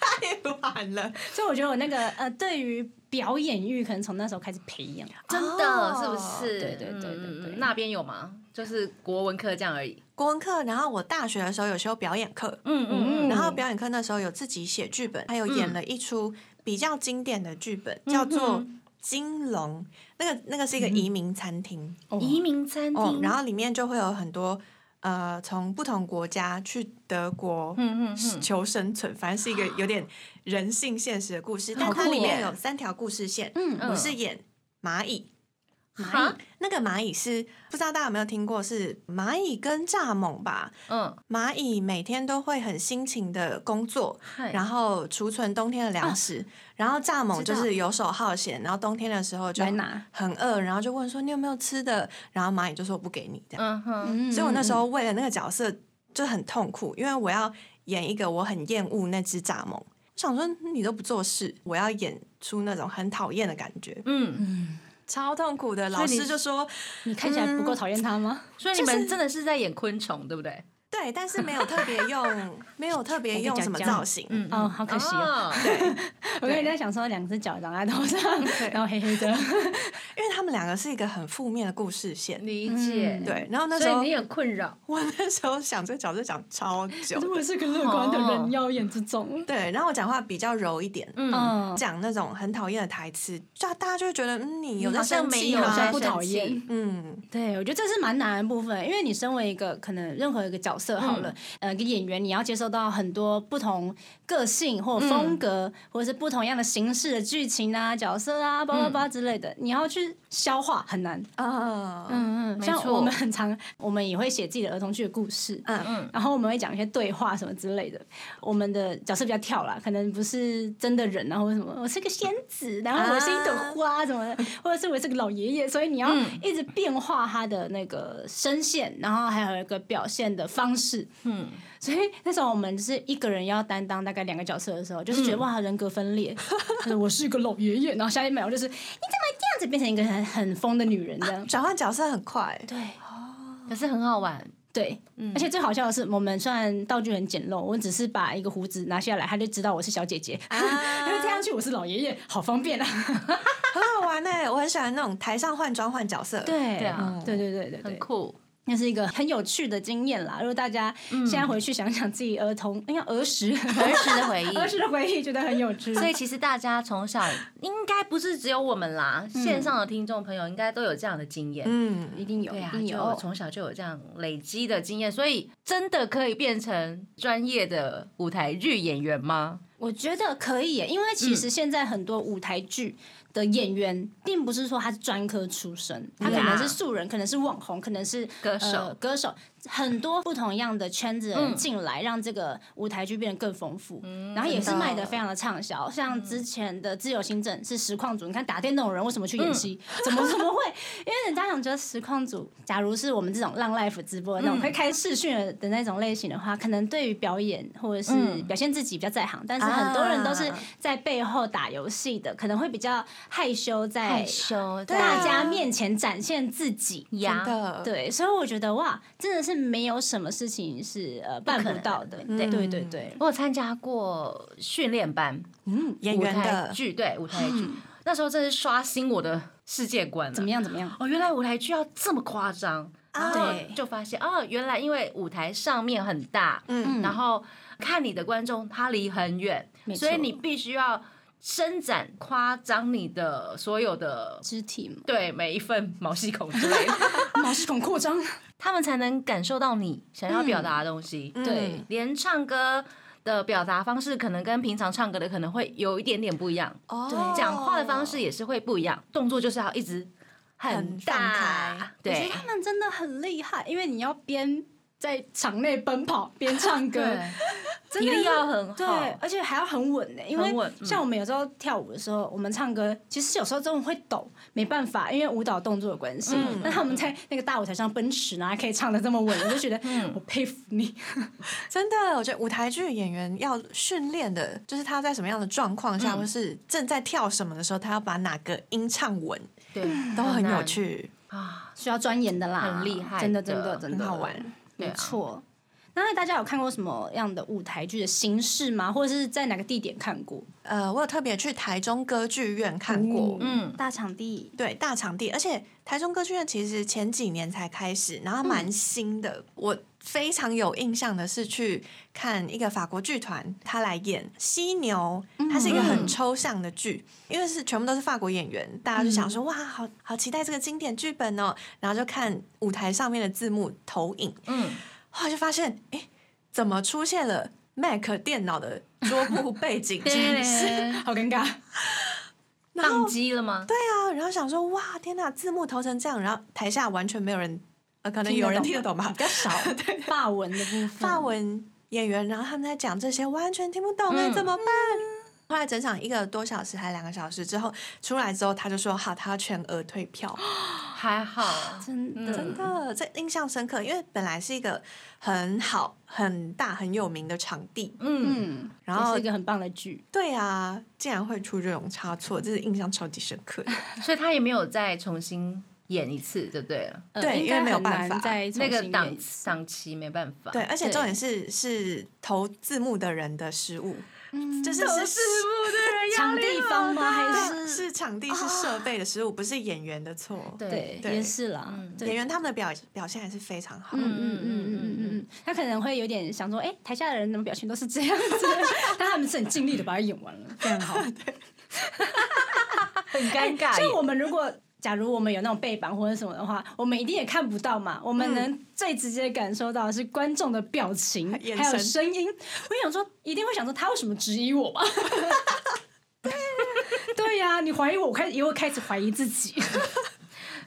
Speaker 4: 太晚了，
Speaker 3: 所以我觉得我那个呃，对于表演欲可能从那时候开始培养。
Speaker 2: 真的是不是？
Speaker 3: 对对对对对
Speaker 2: 嗯那边有吗？就是国文课这样而已。
Speaker 4: 国文课，然后我大学的时候有修表演课，
Speaker 2: 嗯嗯嗯，嗯
Speaker 4: 然后表演课那时候有自己写剧本，还有演了一出比较经典的剧本，叫做《金龙》。那个那个是一个移民餐厅，
Speaker 2: 移民嗯餐
Speaker 4: 哦
Speaker 2: 厅，，
Speaker 4: 然后里面就会有很多呃从不同国家去德国
Speaker 2: 嗯嗯嗯，
Speaker 4: 求生存，反正是一个有点人性现实的故事。但
Speaker 2: 好
Speaker 4: 它
Speaker 2: 酷
Speaker 4: 里面
Speaker 2: 耶
Speaker 4: 有三条故事线，
Speaker 3: 嗯
Speaker 4: 我是演蚂蚁。
Speaker 2: 哈，
Speaker 4: 那个蚂蚁是不知道大家有没有听过，是蚂蚁跟蚱蜢吧？
Speaker 2: 嗯，
Speaker 4: 蚂蚁每天都会很辛勤的工作，
Speaker 2: 嗨
Speaker 4: 然后储存冬天的
Speaker 2: 啊
Speaker 4: 粮食。然后蚱蜢就是游手好闲，然后冬天的时候就
Speaker 3: 来拿
Speaker 4: 很饿，然后就问说你有没有吃的？然后蚂蚁就说我不给你这样。
Speaker 2: 嗯哼，
Speaker 3: 嗯
Speaker 4: 所以我那时候为了那个角色就很痛苦，因为我要演一个我很厌恶那只蚱蜢。我想说你都不做事，我要演出那种很讨厌的感觉，
Speaker 2: 嗯，
Speaker 4: 超痛苦的。老
Speaker 2: 以你
Speaker 4: 师就说
Speaker 3: 你看起来不够讨厌他吗？
Speaker 2: 所以你们真的是在演昆虫，对不对？
Speaker 4: 对，但是没有特别
Speaker 2: [laughs]
Speaker 4: 用，没有特别用什么造型。
Speaker 2: 嗯，
Speaker 3: 哦，好可惜哦！
Speaker 2: 哦，
Speaker 3: 我跟人家想说两只脚长在头上，然后黑黑的， [laughs]
Speaker 4: 因为他们两个是一个很负面的故事线。
Speaker 2: 理解。
Speaker 3: 嗯
Speaker 4: 对，然后那时
Speaker 2: 所以
Speaker 4: 候
Speaker 2: 你很困扰，
Speaker 4: 我那时候想这个角色讲超久
Speaker 3: 如，果是个乐观
Speaker 2: 观
Speaker 3: 的
Speaker 2: 的
Speaker 3: 人
Speaker 2: 人
Speaker 3: 要演这种，
Speaker 4: 对，然后我讲话比较柔一点，
Speaker 2: 嗯，
Speaker 3: 嗯，
Speaker 4: 讲那种很讨厌的台词，就大家就会觉得嗯，你有
Speaker 2: 好
Speaker 4: 在
Speaker 2: 像
Speaker 4: 生
Speaker 2: 没
Speaker 4: 气
Speaker 2: 有
Speaker 4: 吗？
Speaker 3: 好
Speaker 2: 在
Speaker 3: 像不
Speaker 2: 生
Speaker 3: 讨厌
Speaker 2: 气
Speaker 4: 嗯，
Speaker 3: 对，我觉得这是蛮难的部分，因为你身为一个可能任何一个角色好了，呃，一个演员，你要接受到很多不同个性或风格，或者是不同样的形式的剧情啊、角色啊、叭叭叭之类的，你要去消化很难。
Speaker 4: 啊，
Speaker 3: 嗯嗯，
Speaker 2: 没
Speaker 3: 像
Speaker 2: 错
Speaker 3: 我们很常，我们也会写自己的儿童剧的故事，
Speaker 4: 嗯
Speaker 2: 嗯
Speaker 3: 嗯，然后我们会讲一些对话什么之类的。我们的角色比较跳啦，可能不是真的人啊，或者什么，我是个仙子，然后我是一朵
Speaker 2: 啊
Speaker 3: 花什么的，或者是我是个老爷爷，所以你要
Speaker 2: 嗯
Speaker 3: 一直变化他的那个声线，然后还有一个表现的方式，嗯
Speaker 2: 嗯。
Speaker 3: 所以那时候我们就是一个人要担当大概两个角色的时候，就是
Speaker 2: 嗯
Speaker 3: 觉得哇人格
Speaker 2: [laughs]
Speaker 3: 分裂，就是我是一个老爷爷，然后下一秒就是你怎么这样子变成一个很很疯的女人这样，
Speaker 4: 转换角色很快，
Speaker 3: 对嗯
Speaker 2: 可是很好玩，
Speaker 3: 对，而且最好笑的是，我们虽然道具很简陋，我只是把一个胡子拿下来，他就知道我是小姐姐， [laughs]
Speaker 2: 啊
Speaker 4: [laughs]
Speaker 3: 他就贴上去我是老爷爷，好方便啊！
Speaker 4: 欸很好玩哎、我很喜欢那种台上换装换角色。，
Speaker 3: 对
Speaker 2: 对啊
Speaker 3: 对对对对
Speaker 2: 很
Speaker 3: 对，
Speaker 2: 酷。
Speaker 3: 那是一个很有趣的经验啦。如果大家现在回去想想自己儿童，应该儿时嗯 [laughs] 儿
Speaker 2: 儿时的回忆。
Speaker 3: 时的回忆，觉得很有趣。
Speaker 2: 所以其实大家从小应该不是只有我们啦，线上的听众朋友应该都有这样的经验。
Speaker 4: 嗯，
Speaker 3: 一定有，
Speaker 2: 对
Speaker 3: 一
Speaker 2: 啊，
Speaker 3: 定
Speaker 2: 就
Speaker 3: 有。
Speaker 2: 从小就有这样累积的经验，所以真的可以变成专业的舞台剧演员吗？
Speaker 3: 我觉得可以耶，因为其实现在很多舞台剧的演员，并不是说他是专科出身，他可能是素人，可能是网红，可能是
Speaker 2: 歌
Speaker 3: 呃
Speaker 2: 手
Speaker 3: 歌手，很多不同样的圈子的
Speaker 2: 嗯
Speaker 3: 人进来，让这个舞台剧变得更丰富，然后也是
Speaker 2: 真的嗯
Speaker 3: 卖的非常的畅销。像之前的《自由新政》是实况组，你看打电动的人为什么去
Speaker 2: 嗯
Speaker 3: 演戏？ [laughs] 怎么怎么会？因为人家想觉得实况组，假如是我们这种浪 life 直播
Speaker 2: 嗯
Speaker 3: 那种会开视讯的那种类型的话，可能对于表演或者是
Speaker 2: 嗯
Speaker 3: 表现自己比较在行，但是很多人都是
Speaker 2: 啊
Speaker 3: 在背后打游戏的，可能会比较害羞在
Speaker 2: 害羞，啊
Speaker 3: 大家面前展现自己。
Speaker 4: 真
Speaker 2: 呀，
Speaker 4: 的，
Speaker 3: 对，所以我觉得哇，真的是没有什么事情是呃办
Speaker 2: 可
Speaker 3: 不
Speaker 2: 能
Speaker 3: 到的。
Speaker 2: 对
Speaker 3: 对对对
Speaker 4: 嗯
Speaker 3: 对，
Speaker 2: 我有参加过训练班，
Speaker 4: 嗯，演
Speaker 3: 哎
Speaker 2: 舞
Speaker 4: 员
Speaker 2: 台
Speaker 4: 的
Speaker 2: 剧，对舞台剧，那时候真是刷新我的世界观了。
Speaker 3: 嗯怎么样怎么样？
Speaker 2: 哦，原来舞台剧要这么夸张，然后
Speaker 3: 对
Speaker 2: 就发现哦，原来因为舞台上面很大，
Speaker 4: 嗯
Speaker 3: 嗯
Speaker 2: 然后看你的观众他离很远，
Speaker 3: 没
Speaker 2: 所以
Speaker 3: 错
Speaker 2: 你必须要伸展夸张你的所有的
Speaker 3: [laughs] 肢体 [laughs] 嘛，
Speaker 2: 对每一份毛细孔之类的，
Speaker 3: 毛细孔扩 [laughs] 张，
Speaker 2: 他们才能感受到你想要表达的东西。
Speaker 3: 对
Speaker 4: 嗯
Speaker 2: 连唱歌的表达方式可能跟平常唱歌的可能会有一点点不一样，
Speaker 4: 哦，
Speaker 2: 讲话的方式也是会不一样，动作就是要一直很
Speaker 4: 很
Speaker 2: 大
Speaker 4: 放开，
Speaker 3: 我觉得
Speaker 2: 对。
Speaker 3: 他们真的很厉害，因为你要边在场内奔跑边唱 [laughs] 歌，
Speaker 2: 对，
Speaker 3: 真
Speaker 2: 体
Speaker 3: 的
Speaker 2: 力
Speaker 3: 是
Speaker 2: 要很好，
Speaker 3: 对，而且还要很稳呢、欸因
Speaker 2: 很
Speaker 3: 为
Speaker 2: 稳嗯
Speaker 3: 像我们有时候跳舞的时候，我们唱歌其实有时候真的会抖，没办法，因为舞蹈动作的关系。那、他们在那个大舞台上奔驰呢，还可以唱的这么稳，我就觉得我佩服你。
Speaker 4: 真的，我觉得舞台剧演员要训练的，就是他在什么样的状况下，
Speaker 2: 嗯
Speaker 4: 或是正在跳什么的时候，他要把哪个音唱稳，
Speaker 2: 对，
Speaker 4: 都很有
Speaker 2: 难
Speaker 4: 趣。
Speaker 2: 啊。
Speaker 3: 需要钻研的啦，
Speaker 2: 很厉害
Speaker 3: 真的真
Speaker 2: 的
Speaker 3: 的真的
Speaker 4: 很好玩，
Speaker 2: 对
Speaker 3: 没
Speaker 2: 啊
Speaker 3: 错。那大家有看过什么样的舞台剧的形式吗？或者是在哪个地点看过？
Speaker 4: 呃，我有特别去台中歌剧院看过，
Speaker 2: 嗯
Speaker 3: 大场地
Speaker 4: 对大场地，而且台中歌剧院其实前几年才开始，然后蛮新的。我非常有印象的是去看一个法国剧团，他来演《犀牛》，它是一个很抽象的剧，因为是全部都是法国演员，大家就想说、哇，好好期待这个经典剧本哦，然后就看舞台上面的字幕投影，
Speaker 2: 嗯，
Speaker 4: 后来就发现，哎，怎么出现了 Mac 电脑的桌布背 [laughs] 景
Speaker 2: 对，
Speaker 4: 音是
Speaker 3: [laughs] 好尴尬，
Speaker 4: 然后
Speaker 2: 宕机了吗？
Speaker 4: 对啊，然后想说哇，天哪，字幕投成这样，然后台下完全没有人，呃，可能有人听得懂吧
Speaker 3: 比，较少发文的部分，
Speaker 4: 法文演员，然后他们在讲这些，完全听不懂，那、
Speaker 2: 嗯
Speaker 4: 怎么办？后来整场一个多小时还两个小时之后出来之后，他就说好，他要全额退
Speaker 3: [gasps]
Speaker 4: 票。
Speaker 2: 还好，
Speaker 3: 真的、
Speaker 4: 真的，这印象深刻，因为本来是一个很好、很大、很有名的场地，
Speaker 2: 嗯，
Speaker 3: 嗯，
Speaker 4: 然
Speaker 3: 也
Speaker 4: 后
Speaker 3: 是一个很棒的剧，
Speaker 4: 对啊，竟然会出这种差错，这是印象超级深刻的。
Speaker 2: 嗯所以他也没有再重新演一次，对不对了？
Speaker 3: 呃
Speaker 4: 对
Speaker 3: 应
Speaker 4: 因为
Speaker 3: 该
Speaker 4: 没有
Speaker 3: 很
Speaker 4: 办
Speaker 3: 难
Speaker 4: 法
Speaker 3: 再重
Speaker 2: 那个
Speaker 3: 新
Speaker 2: 档
Speaker 3: 演
Speaker 2: 档期没办法，
Speaker 4: 对，，
Speaker 2: [laughs]
Speaker 4: 而且
Speaker 3: 对
Speaker 4: 重点是是投字幕的人的失误，
Speaker 3: 嗯
Speaker 4: 就是是
Speaker 2: 字幕的人
Speaker 3: 场地方吗？还
Speaker 4: 对，
Speaker 3: 是哦
Speaker 4: 是场地是设备的失误，不是演员的错。
Speaker 2: 对
Speaker 4: 对
Speaker 3: 也是啦，
Speaker 2: 嗯
Speaker 3: 对
Speaker 4: 演员他们的表表现还是非常好。
Speaker 3: 嗯嗯嗯嗯嗯嗯，他可能会有点想说，哎、台下的人怎么表情都是这样子， [laughs] 但他们是很尽力的把它演完了，非常好。
Speaker 2: 很尴尬
Speaker 3: 所以
Speaker 2: 耶。
Speaker 3: 哎我们如果假如我们有那种背板或者什么的话，我们一定也看不到嘛。我们能最直接感受到的是观众的表 [laughs] 情，
Speaker 4: 眼
Speaker 3: 还有
Speaker 4: 神
Speaker 3: 声音。我想说，一定会想说他为什么质疑 [laughs] 我吧？对呀、你怀疑我，我开始也会开始怀疑自己。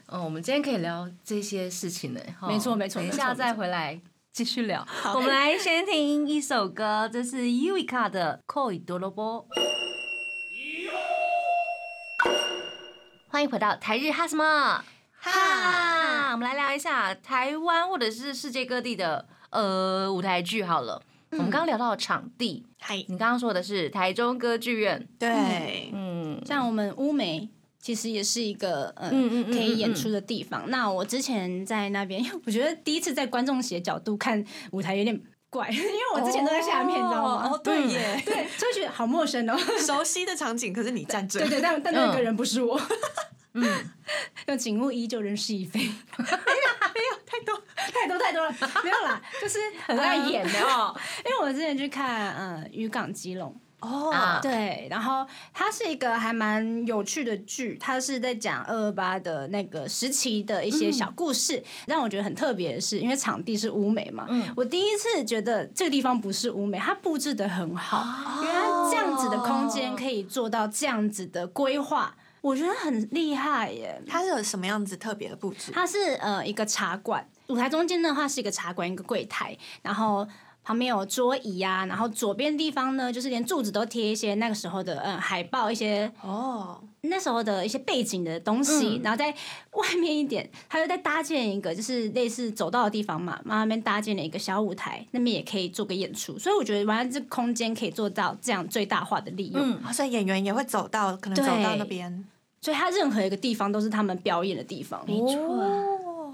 Speaker 2: 嗯，我们今天可以聊这些事情呢。哈
Speaker 3: 没错没错
Speaker 2: 等一
Speaker 3: 没
Speaker 2: 下
Speaker 3: 错
Speaker 2: 再回来继续聊。我们来先听一首歌，这是 Uika 的《Koi Dorobo》。欢迎回到台日哈什么哈，我们来聊一下台湾或者是世界各地的呃舞台剧好了。我们刚刚聊到场地，
Speaker 4: 嗨，
Speaker 2: 你刚刚说的是台中歌剧院，
Speaker 4: 对，
Speaker 2: 嗯
Speaker 3: [laughs] 像我们乌梅。其实也是一个呃
Speaker 2: 嗯嗯嗯
Speaker 3: 可以演出的地方。那我之前在那边，因为我觉得第一次在观众席的角度看舞台有点怪，因为我之前都在下面，你知道吗？嗯
Speaker 4: 哦，对耶，
Speaker 3: 对，就会觉得好陌生哦。
Speaker 4: 熟悉的场景，可是你站这
Speaker 3: 对
Speaker 4: 里，
Speaker 3: 对，但但那个
Speaker 2: 嗯
Speaker 3: 人不是我。
Speaker 2: 嗯，
Speaker 3: [laughs] 那景物依旧人事已非，
Speaker 4: 太多
Speaker 3: 太多太多了，没有啦，就是呃
Speaker 2: 很爱演的哦。
Speaker 3: 因为我之前去看嗯渔港基隆，
Speaker 4: 哦
Speaker 2: 啊
Speaker 3: 对，然后它是一个还蛮有趣的剧，它是在讲二二八的那个时期的一些小故事，让我觉得很特别的是，因为场地是乌梅嘛，我第一次觉得这个地方不是乌梅，它布置的很好，原来这样子的空间可以做到这样子的规划，我觉得很厉害耶。
Speaker 4: 它是有什么样子特别的布置？
Speaker 3: 它是呃一个茶馆，舞台中间的话是一个茶馆，一个柜台，然后。旁边有桌椅啊，然后左边地方呢，就是连柱子都贴一些那个时候的嗯海报，一些
Speaker 4: 哦，
Speaker 3: 那时候的一些背景的东西，然后在外面一点，他又再搭建一个就是类似走道的地方嘛，然后那边搭建了一个小舞台，那边也可以做个演出，所以我觉得完了这空间可以做到这样最大化的利用，
Speaker 2: 嗯，
Speaker 4: 哦所以演员也会走到，可能
Speaker 3: 对
Speaker 4: 走到那边。
Speaker 3: 所以它任何一个地方都是他们表演的地方，
Speaker 4: 哦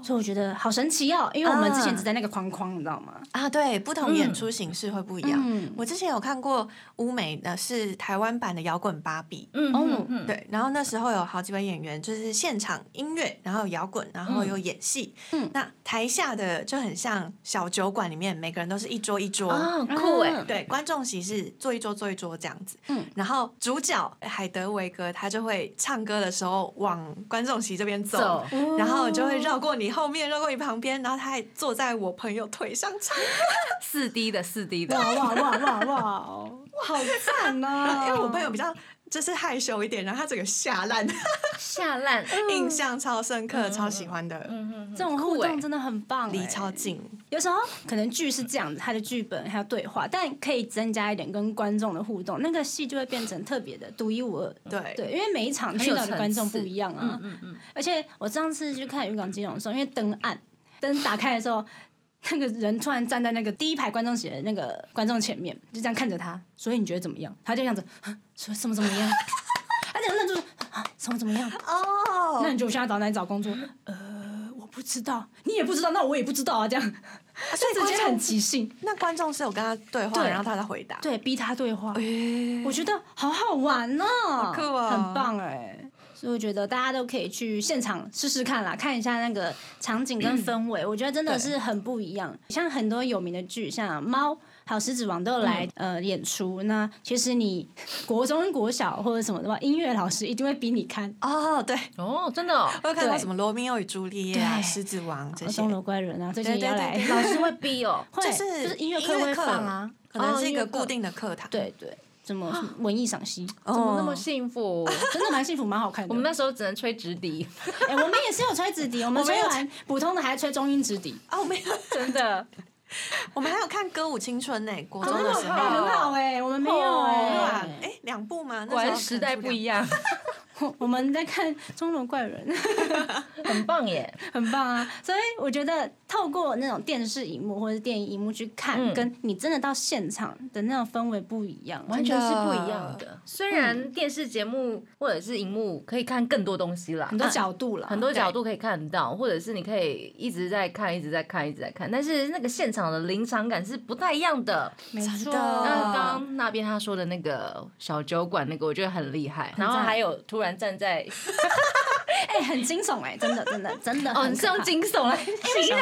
Speaker 3: 所以我觉得好神奇哦，因为我们之前
Speaker 4: 啊
Speaker 3: 只在那个框框，你知道吗？
Speaker 4: 啊，对，不同演出形式会不一样。
Speaker 3: 嗯
Speaker 4: 我之前有看过乌美的是台湾版的摇滚芭比，
Speaker 2: 嗯嗯嗯，
Speaker 4: 对，然后那时候有好几位演员，就是现场音乐，然后有摇滚，然后有演戏。
Speaker 3: 嗯
Speaker 4: 那台下的就很像小酒馆里面，每个人都是一桌一桌。
Speaker 2: 啊，很酷哎，
Speaker 4: 对，观众席是坐一桌坐一桌这样子，
Speaker 3: 嗯
Speaker 4: 然后主角海德维格他就会唱歌的时候往观众席这边走，
Speaker 2: 走
Speaker 4: 然后就会绕过你后面，绕过你旁边，然后他还坐在我朋友腿上唱，
Speaker 2: 四 D 的四 D 的，
Speaker 3: 哇哇哇哇哇哦，好赞啊！
Speaker 4: [laughs] 因为我朋友比较就是害羞一点，然后他整个吓烂，
Speaker 2: 下烂，
Speaker 4: 印象超深刻，超喜欢的。
Speaker 3: 这种互动真的很棒、
Speaker 4: 离
Speaker 3: 哎
Speaker 4: 欸超近，
Speaker 3: 有时候可能剧是这样子，它的剧本还有对话，但可以增加一点跟观众的互动，那个戏就会变成特别的独一无
Speaker 2: 嗯
Speaker 3: 二。
Speaker 4: 对
Speaker 3: 对，因为每一场
Speaker 2: 很
Speaker 3: 去
Speaker 2: 有
Speaker 3: 到的观众
Speaker 2: 层次
Speaker 3: 不一样啊。
Speaker 2: 嗯嗯，
Speaker 3: 而且我上次去看渔港金融的时候，因为灯暗，灯打开的时候，那个人突然站在那个第一排观众席的那个观众前面，就这样看着他，所以你觉得怎么样？他就这样子，啊说什么怎么样？ [laughs] 他就愣住，啊，什么怎么样？
Speaker 4: 哦
Speaker 3: 那你就现在找哪里找工作？呃，我不知道，你也不知道，那我也不知道啊，这
Speaker 2: 哦
Speaker 3: 样。
Speaker 4: 所以
Speaker 3: 直
Speaker 4: 观
Speaker 3: 接
Speaker 4: 众
Speaker 3: 很即兴，
Speaker 4: 那观众是有跟他对话，
Speaker 3: 对
Speaker 4: 然后他在回答。
Speaker 3: 对，逼他对话，
Speaker 4: 诶，
Speaker 3: 我觉得好好玩哦，好
Speaker 4: 酷哦
Speaker 3: 很棒哎。所以我觉得大家都可以去现场试试看啦，看一下那个场景跟氛
Speaker 4: [clears throat]
Speaker 3: 围，我觉得真的是很不一样。像很多有名的剧，像《猫》还有《狮子王》都有来、
Speaker 4: 嗯
Speaker 3: 呃演出。那其实你国中、国小或者什么的话，音乐老师一定会逼你看
Speaker 4: 哦，对，
Speaker 2: 哦，真的哦，
Speaker 4: 我有看到
Speaker 3: 对
Speaker 4: 什么《罗密欧与朱丽叶》啊，《
Speaker 3: 对
Speaker 4: 狮子王》这
Speaker 3: 《
Speaker 4: 些
Speaker 3: 钟，楼怪人》啊，最近
Speaker 4: 对
Speaker 3: 也要
Speaker 4: 对
Speaker 3: 来
Speaker 4: 对，
Speaker 2: 老师会逼哦，
Speaker 3: 会
Speaker 4: 就是
Speaker 3: 就是音乐
Speaker 4: 音
Speaker 3: 课
Speaker 4: 乐
Speaker 3: 会
Speaker 4: 课
Speaker 3: 放啊，
Speaker 4: 可能是一个
Speaker 3: 哦音乐课
Speaker 4: 固定的课堂。
Speaker 3: 对对，什么
Speaker 4: [gasps]
Speaker 3: 文艺赏析，
Speaker 4: 哦，
Speaker 2: 怎么那么幸 [laughs] 福？
Speaker 3: 真的蛮幸福，蛮好看的。
Speaker 2: 我们那时候只能吹直笛，
Speaker 3: [laughs] 哎、我们也是有吹直笛，我们
Speaker 4: 我们
Speaker 3: 吹
Speaker 4: 有
Speaker 3: 完普通的还吹中音直 [laughs] 笛，
Speaker 4: 哦，没有，
Speaker 2: 真 [laughs] 的，
Speaker 4: 我们还有看《歌舞青春》呢，国中
Speaker 2: 真
Speaker 4: 的
Speaker 2: 的
Speaker 4: 时
Speaker 2: 哦
Speaker 3: 哎、
Speaker 4: 候。
Speaker 3: 很好哎、我们没有
Speaker 4: 对
Speaker 3: 哎、
Speaker 4: 啊，哎，两部吗？那时候
Speaker 2: 果然时代不一样，
Speaker 3: [laughs] 我我们在看《钟楼怪人》， [laughs]
Speaker 2: 很棒耶！
Speaker 3: 很棒啊！所以我觉得透过那种电视荧幕或者电影荧幕去看，
Speaker 2: 嗯
Speaker 3: 跟你真的到现场的那种氛围不一样，
Speaker 2: 完全是不一样
Speaker 4: 真
Speaker 2: 的。虽然电视节目或者是荧幕可以看更多东西啦，
Speaker 3: 很多角度了，
Speaker 2: 很多角度可以看到，或者是你可以一直在看，一直在看，一直在看，但是那个现场的临场感是不太一样的。
Speaker 3: 没错。
Speaker 2: 那刚
Speaker 4: 的
Speaker 2: 刚那边他说的那个小酒馆那个，我觉得很厉害。然后
Speaker 3: 赞
Speaker 2: 还有突然站在
Speaker 3: 哎、很惊悚哎、真的真 [laughs] 的真的
Speaker 2: 哦，
Speaker 3: 很
Speaker 2: 你是
Speaker 3: 可
Speaker 2: 用
Speaker 3: 怕
Speaker 2: 惊悚来形容
Speaker 3: [laughs] 因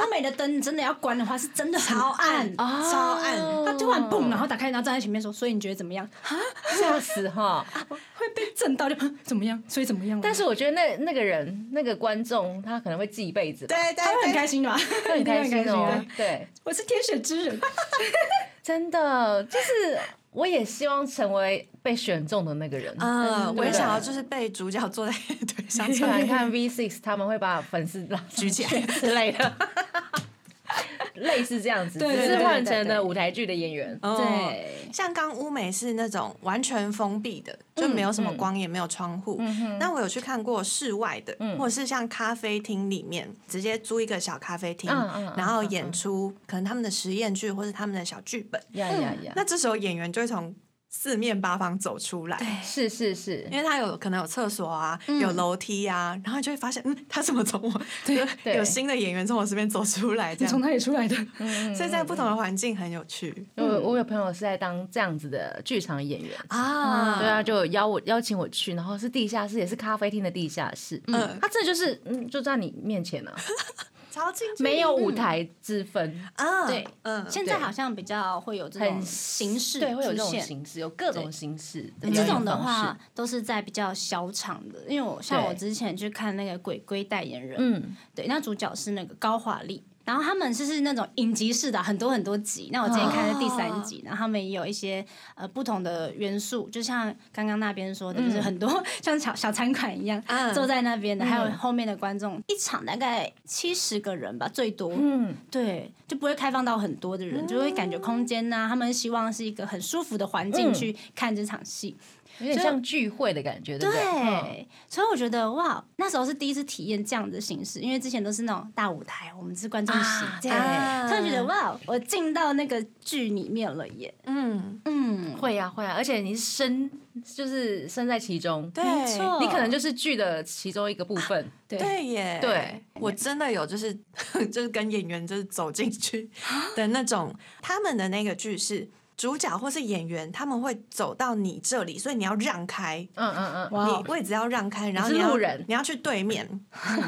Speaker 3: 为欧美的灯真的要关的话，是真的
Speaker 4: 超
Speaker 3: 好
Speaker 4: 暗
Speaker 3: 暗。
Speaker 2: 哦
Speaker 4: 超暗，
Speaker 3: 他突然砰，然后打开，然后站在前面说：“所以你觉得怎么样？
Speaker 2: 啊吓死哈！
Speaker 3: 会被震到就 [laughs] 怎么样？所以怎么样？”
Speaker 2: 但是我觉得那那个人那个观众他可能会记一辈子吧，
Speaker 4: 对
Speaker 3: 他会
Speaker 4: 对
Speaker 3: 很开
Speaker 4: 对，
Speaker 3: 心吧？
Speaker 2: 他
Speaker 3: [laughs]
Speaker 2: 很开心
Speaker 3: 一定会
Speaker 2: 哦
Speaker 3: 很开。
Speaker 2: 对，
Speaker 3: 我是天选之人，
Speaker 2: 真的就是我也希望成为被选中的那个人。
Speaker 4: 嗯，我
Speaker 2: 对不
Speaker 4: 也
Speaker 2: 对
Speaker 4: 想要就是被主角坐在腿
Speaker 3: [laughs]
Speaker 4: 上
Speaker 2: 突
Speaker 4: 唱
Speaker 2: 然看 V Six 他们会把粉丝拉
Speaker 4: 举起来。
Speaker 2: 之类的，类似这样子，
Speaker 3: 对
Speaker 2: 只
Speaker 3: 对
Speaker 2: 是
Speaker 3: 对
Speaker 2: 换
Speaker 3: 对
Speaker 2: 成
Speaker 3: 对
Speaker 2: 了舞台剧的演员。
Speaker 4: 哦，
Speaker 3: 对
Speaker 4: 像刚乌美是那种完全封闭的，就
Speaker 2: 嗯
Speaker 4: 没有什么光，也没有窗户。那我有去看过室外的，
Speaker 2: 嗯
Speaker 4: 或者是像咖啡厅里面直接租一个小咖啡厅，
Speaker 2: 嗯嗯嗯
Speaker 4: 然后演出可能他们的实验剧或是他们的小剧本。
Speaker 2: 呀呀呀！
Speaker 4: 那这时候演员就会从四面八方走出来。
Speaker 2: 是是是
Speaker 4: 因，为他有可能有厕所啊，
Speaker 2: 嗯
Speaker 4: 有楼梯啊，然后你就会发现，嗯，他怎么从我 [laughs]
Speaker 2: 对嗯
Speaker 4: 有新的演员从我身边走出来，这
Speaker 3: 你从
Speaker 4: 样，
Speaker 3: 哪里出来的？
Speaker 4: 所以在不同的环境很有趣
Speaker 2: 我我有朋友是在当这样子的剧场演员。
Speaker 4: 啊
Speaker 2: 对啊，就有邀我邀请我去，然后嗯 [laughs] 是地下室，也是咖啡厅的地下室。嗯，他真的就是嗯，就在你面前啊，
Speaker 4: 超近距离
Speaker 2: 没有舞台之分，
Speaker 4: 啊，
Speaker 3: 对
Speaker 4: 嗯，
Speaker 3: 现在好像比较会有这
Speaker 2: 很
Speaker 3: 种形式
Speaker 2: 嗯对，会有这
Speaker 3: 出
Speaker 2: 种
Speaker 3: 现
Speaker 2: 形式，有各种形式。
Speaker 3: 对这种的话，都是在比较小场的，因为我像
Speaker 2: 对
Speaker 3: 我之前去看那个鬼鬼代言人，
Speaker 2: 嗯，
Speaker 3: 对，那主角是那个高华丽，然后他们就是那种影集式的很多很多集。那我之前看的第三集，然后他们也有一些呃不同的元素，就像刚刚那边说的，就是很多像小小餐馆一样。
Speaker 4: 嗯
Speaker 3: 坐在那边的，还有后面的观众，一场大概七十个人吧，最多。
Speaker 2: 嗯，
Speaker 3: 对，就不会开放到很多的人，就会感觉空间啊呐、他们希望是一个很舒服的环境
Speaker 2: 嗯
Speaker 3: 去看这场戏。
Speaker 2: 有点像聚会的感觉，对不对？嗯
Speaker 3: 对，所以我觉得哇，那时候是第一次体验这样的形式，因为之前都是那种大舞台，我们是观众席
Speaker 2: 啊
Speaker 3: 这样，
Speaker 4: 对
Speaker 3: 突然觉得哇，我进到那个剧里面了耶，
Speaker 4: 嗯，
Speaker 3: 嗯，
Speaker 2: 会呀、会呀、啊而且你是身就是身在其中，
Speaker 4: 对，
Speaker 3: 没错
Speaker 2: 你可能就是剧的其中一个部分。
Speaker 3: 对
Speaker 4: 对耶，
Speaker 2: 对，
Speaker 4: 我真的有就是 [laughs] 就是跟演员就是走进去的那种，
Speaker 3: 啊
Speaker 4: 他们的那个剧是主角或是演员，他们会走到你这里，所以你要让开。
Speaker 2: 嗯嗯嗯，
Speaker 3: 哇哦
Speaker 4: 你位置要让开，然后
Speaker 2: 你是
Speaker 4: 要
Speaker 2: 路人
Speaker 4: 你要去对面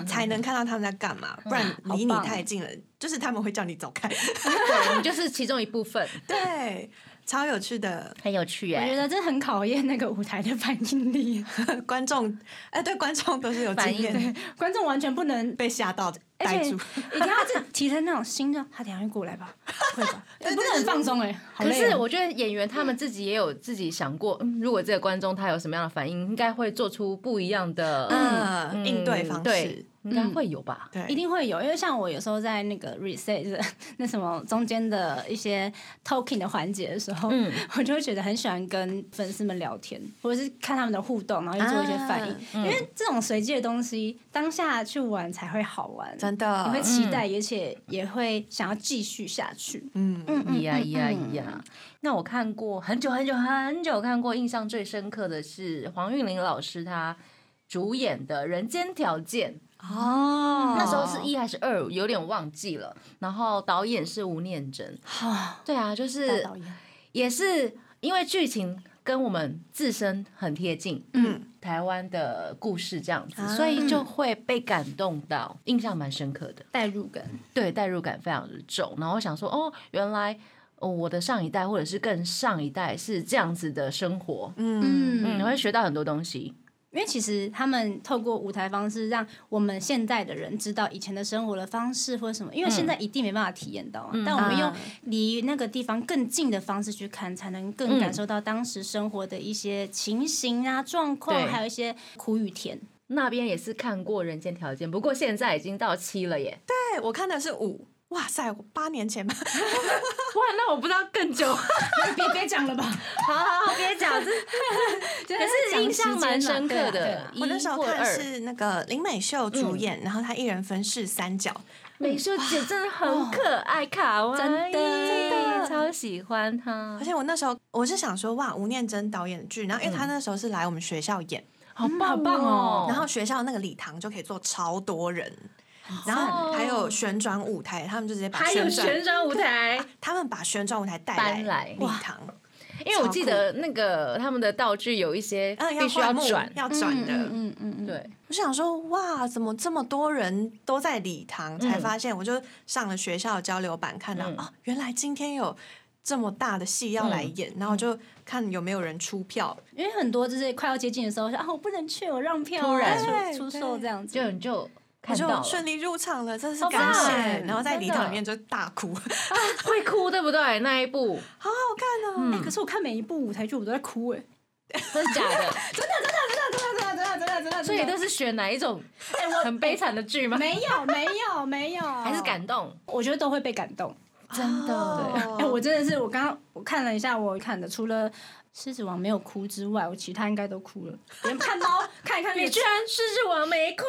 Speaker 4: 才能看到他们在干
Speaker 3: [laughs]
Speaker 4: 嘛，不然
Speaker 3: 嗯好
Speaker 4: 离你
Speaker 3: 棒
Speaker 4: 太近了，就是他们会叫你走
Speaker 3: [laughs]
Speaker 4: 开。
Speaker 2: 对，你就是其中一部分，
Speaker 4: 对，超有趣的 [laughs]
Speaker 2: 很有趣
Speaker 3: 我觉
Speaker 2: 哎、
Speaker 3: 得这很考验那个舞台的反应力，
Speaker 4: 观众，哎，对观众都是有
Speaker 2: 反
Speaker 4: 经
Speaker 2: 应
Speaker 4: 验，
Speaker 3: 观众完全不能，
Speaker 4: 被吓到
Speaker 3: 而
Speaker 4: 呆
Speaker 3: 且
Speaker 4: 住。
Speaker 3: 一定要自提升那种心的，他等一下会过来吧，会 [laughs] 吧，
Speaker 4: 对
Speaker 3: 不能很放松哎、好
Speaker 2: 可
Speaker 3: 累哦、
Speaker 2: 是我觉得演员他们自己也有自己想过，嗯如果这个观众他有什么样的反应，应该会做出不一样的
Speaker 4: 嗯，应对
Speaker 2: 嗯
Speaker 4: 方式
Speaker 2: 对，应该会有吧？
Speaker 4: 对，
Speaker 3: 一定会有，因为像我有时候在那个 reset 就是那什么中间的一些 talking 的环节的时候，
Speaker 2: 嗯
Speaker 3: [laughs] 我就会觉得很喜欢跟粉丝们聊天，或者是看他们的互动，然后去做一些反应，
Speaker 4: 啊
Speaker 3: 因为这种随机的东西，当下去玩才会好玩，
Speaker 4: 真
Speaker 3: 你会
Speaker 4: 的，
Speaker 2: 嗯
Speaker 3: 期待，而且也会想要继续下去。
Speaker 4: 嗯，
Speaker 3: 嗯
Speaker 2: 咿呀咿呀咿呀！那我看过很久很久很久看过，印象最深刻的是黄韵玲老师她主演的《人间条件》，
Speaker 4: 哦
Speaker 2: 那时候是一还是二，有点忘记了。然后导演是吴念真，
Speaker 3: 好，
Speaker 2: 对啊，就
Speaker 3: 大
Speaker 2: 是
Speaker 3: 导演，
Speaker 2: 也是因为剧情跟我们自身很贴近，
Speaker 4: 嗯，
Speaker 2: 台湾的故事这样子，
Speaker 4: 啊
Speaker 2: 所以就会被感动到，印象蛮深刻的。
Speaker 3: 代入感，
Speaker 2: 对，代入感非常的重。然后我想说，哦，原来、哦、我的上一代或者是更上一代是这样子的生活，
Speaker 4: 嗯，
Speaker 3: 嗯
Speaker 2: 嗯，你会学到很多东西。
Speaker 3: 因为其实他们透过舞台方式，让我们现在的人知道以前的生活的方式或者什么，因为现在
Speaker 2: 嗯
Speaker 3: 一定没办法体验到啊、但我们用
Speaker 4: 啊
Speaker 3: 离那个地方更近的方式去看，才能更
Speaker 2: 嗯
Speaker 3: 感受到当时生活的一些情形啊、状况，
Speaker 2: 对
Speaker 3: 还有一些苦与甜。
Speaker 2: 那边也是看过《人间条件》，不过现在已经到七了耶。
Speaker 4: 对哎我看的是五，哇塞，我八年前吧，
Speaker 2: [laughs] 哇，那我不知道更久。好
Speaker 3: 别别讲了吧，
Speaker 2: 好好，别讲，这
Speaker 3: 可
Speaker 2: 可是印象蛮深刻的。一
Speaker 4: 我那时候
Speaker 2: 或
Speaker 4: 看
Speaker 2: 二，嗯
Speaker 4: 是那个林美秀主演，然后她一人分饰三角，
Speaker 2: 美秀姐真的很可爱，卡哇伊，
Speaker 3: 真的真的
Speaker 2: 超喜欢她
Speaker 4: 而，且我那时候我是想说，哇，吴念真导演的剧，然后因
Speaker 2: 嗯
Speaker 4: 为她那时候是来我们学校演，
Speaker 2: 好
Speaker 3: 嗯好棒哦
Speaker 4: 然后学校那个礼堂就可以坐超多人，
Speaker 2: 赞
Speaker 4: 然后
Speaker 2: 哦
Speaker 4: 还有旋转舞台，他们就直接把
Speaker 2: 还有
Speaker 4: 旋转，
Speaker 2: 旋转舞台，
Speaker 4: 他们把旋转舞台带
Speaker 2: 搬来
Speaker 4: 礼
Speaker 2: 哇
Speaker 4: 堂，
Speaker 2: 因为我记得那个他们的道具有一些
Speaker 4: 嗯，
Speaker 2: 必须要
Speaker 4: 换幕
Speaker 2: 转，
Speaker 4: 要转的，
Speaker 3: 嗯嗯嗯，
Speaker 2: 对，
Speaker 4: 我想说，哇，怎么这么多人都在礼堂？才发现，我就上了学校的交流版，看到、
Speaker 2: 嗯
Speaker 4: 哦，原来今天有这么大的戏要来演，
Speaker 2: 嗯
Speaker 4: 然后就看有没有人出票。
Speaker 3: 因为很多就是快要接近的时候，说啊我不能去，我让票啊，
Speaker 2: 突然
Speaker 4: 对
Speaker 3: 出出
Speaker 4: 对
Speaker 3: 售这样子，
Speaker 2: 就你嗯就
Speaker 4: 我
Speaker 2: 看到
Speaker 4: 就
Speaker 2: 了，
Speaker 4: 顺利入场了，真是
Speaker 2: 好
Speaker 4: 感
Speaker 2: 棒哎
Speaker 4: 谢！然后在
Speaker 2: 真
Speaker 4: 礼
Speaker 2: 的
Speaker 4: 堂里面就大哭， [laughs] 好
Speaker 2: [laughs] 会哭，对不对？那一部
Speaker 4: 好看哦！
Speaker 2: 嗯
Speaker 3: 哎、可是我看每一部舞台剧我都在哭哎、
Speaker 2: 真的假的？
Speaker 3: 真的真的真的真的，
Speaker 2: 所以都是选哪一种
Speaker 3: 哎、我
Speaker 2: 很悲惨的剧吗？
Speaker 3: 没有没有没有，
Speaker 2: 还是感动？
Speaker 3: 我觉得都会被感动。
Speaker 2: 真的，
Speaker 3: 哎、我真的是，我刚刚我看了一下，我看的除了《狮子王》没有哭之外，我其他应该都哭了。连
Speaker 2: [laughs]
Speaker 3: 看猫看一看那
Speaker 2: 你
Speaker 3: 个，
Speaker 2: 居然狮子王没哭，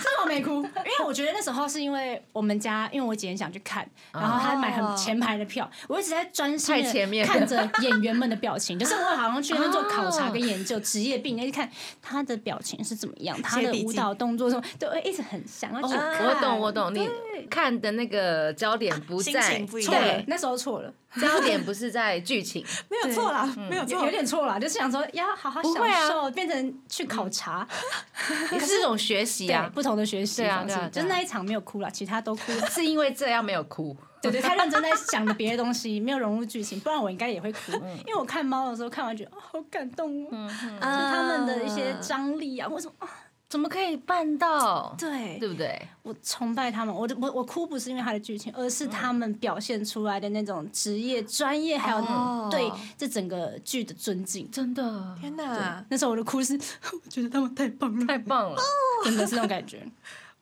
Speaker 3: 这我没哭，因为我觉得那时候是因为我们家，因为我姐很想去看，然后她买很前排的票，我一直在专心
Speaker 2: 啊太前面
Speaker 3: 的
Speaker 2: 了
Speaker 3: 看着演员们的
Speaker 2: [laughs]
Speaker 3: 表情，就是我好像去那边做考察跟研究，职业病，那就看她的表情是怎么样，她
Speaker 4: 写
Speaker 3: 的
Speaker 4: 笔记
Speaker 3: 舞蹈动作什么，对，我一直很想
Speaker 2: 哦
Speaker 3: 要去看。
Speaker 2: 我懂，我懂，你看的那个焦点不
Speaker 4: 心
Speaker 2: 在
Speaker 4: 情不一，
Speaker 3: 错了
Speaker 4: 样
Speaker 2: 对，
Speaker 3: 那时候错了，
Speaker 2: [laughs] 焦点不是在剧情，
Speaker 4: 没有错啦，
Speaker 2: 嗯
Speaker 4: 没有
Speaker 3: 有
Speaker 4: 错，
Speaker 3: 有点错啦，就是想说要好好
Speaker 2: 不
Speaker 3: 享
Speaker 2: 会啊
Speaker 3: 受，变成去考察，
Speaker 2: 可是一种学习
Speaker 3: 对
Speaker 2: 啊，
Speaker 3: 不同的学习
Speaker 2: 对啊
Speaker 3: 方
Speaker 2: 对
Speaker 3: 式
Speaker 2: 啊对啊
Speaker 3: 就是那一场没有哭了，其他都哭了。
Speaker 2: 是因为这样没有哭。
Speaker 3: 对对，太认真在想着别的东西，没有融入剧情，不然我应该也会哭。
Speaker 2: 嗯
Speaker 3: 因为我看猫的时候，看完觉得、哦、好感动哦，就是他们的一
Speaker 2: 嗯
Speaker 4: 嗯
Speaker 3: 些张力啊，为什么啊？
Speaker 2: 怎么可以办到？
Speaker 3: 对，
Speaker 2: 对不对？
Speaker 3: 我崇拜他们。我我我哭不是因为他的剧情，而
Speaker 2: 嗯
Speaker 3: 是他们表现出来的那种职业、专业，还
Speaker 4: 哦
Speaker 3: 有对这整个剧的尊敬。
Speaker 2: 真的
Speaker 4: 天哪！
Speaker 3: 那时候我的哭是， [laughs] 我觉得他们太棒了，
Speaker 2: 太棒了。
Speaker 3: 真的是那种感觉。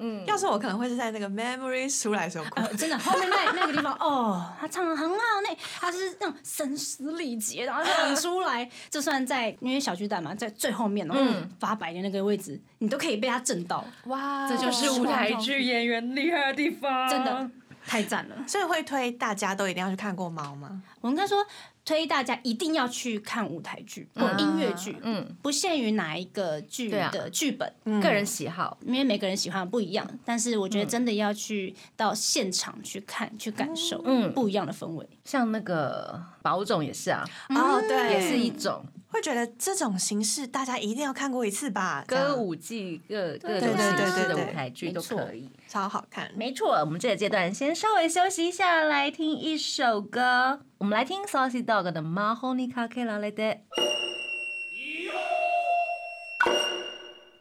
Speaker 2: 嗯，啊
Speaker 4: 要是我可能会是在那个 memories 出来的时候哭
Speaker 3: 呃，，真的，后面那那个地方，哦， [laughs] 他唱的很好呢，他是那种声嘶力竭，然后唱出
Speaker 2: [laughs]
Speaker 3: 来，就算在因为小巨蛋嘛，在最后面，然后
Speaker 2: 嗯
Speaker 3: 发白的那个位置，你都可以被他震到，
Speaker 4: 哇
Speaker 2: 这就是舞台剧演员厉害的地方。
Speaker 3: 真的太赞了。
Speaker 4: 所以会推大家都一定要去看过猫吗？
Speaker 3: 我应该说，推大家一定要去看舞台剧或音乐剧，
Speaker 2: 啊嗯，
Speaker 3: 不限于哪一个剧
Speaker 2: 对啊
Speaker 3: 的剧本。
Speaker 2: 个人喜好。
Speaker 3: 因为每个人喜欢的不一样，但是我觉得真的要去到现场去看、去感受，
Speaker 2: 嗯
Speaker 3: 不一样的氛围。
Speaker 2: 像那个宝总也是啊，
Speaker 4: 哦，对，
Speaker 2: 也是一种
Speaker 4: 会觉得这种形式大家一定要看过一次吧？这
Speaker 2: 歌
Speaker 4: 样
Speaker 2: 舞伎各各
Speaker 3: 对
Speaker 2: 种
Speaker 4: 对
Speaker 2: 形
Speaker 4: 对
Speaker 2: 式的
Speaker 4: 对
Speaker 2: 舞台剧
Speaker 3: 没
Speaker 2: 都
Speaker 3: 错
Speaker 2: 可以。
Speaker 4: 超好看，
Speaker 2: 没错，我们这个阶段先稍微休息一下，来听一首歌。我们来听 Saucy Dog 的《Mahoney k a k e l a l e d e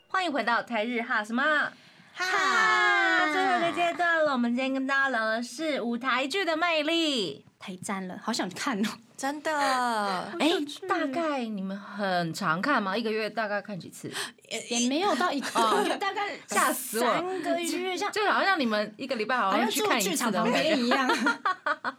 Speaker 2: 欢迎回到台日哈什么？
Speaker 4: 哈
Speaker 2: 那最后一个阶段了，我们今天跟大家聊的是舞台剧的魅力。
Speaker 3: 太赞了，好想看哦！
Speaker 4: 真的
Speaker 2: 哎、
Speaker 3: 嗯
Speaker 2: 大概你们很常看吗？一个月大概看几次？
Speaker 3: 也没有到
Speaker 2: [laughs]
Speaker 3: 一
Speaker 2: 哦
Speaker 3: 个月，大概
Speaker 2: 吓死我
Speaker 3: 三个月，像
Speaker 2: 就好像你们一个礼拜好
Speaker 3: 好
Speaker 2: 像
Speaker 3: 像
Speaker 2: 去
Speaker 3: 住
Speaker 2: 看一
Speaker 3: 剧
Speaker 2: 次
Speaker 3: 场
Speaker 2: 的
Speaker 3: 旁
Speaker 2: 感
Speaker 3: 边
Speaker 2: 觉。
Speaker 3: 一
Speaker 2: [laughs]
Speaker 3: 样。
Speaker 4: [laughs]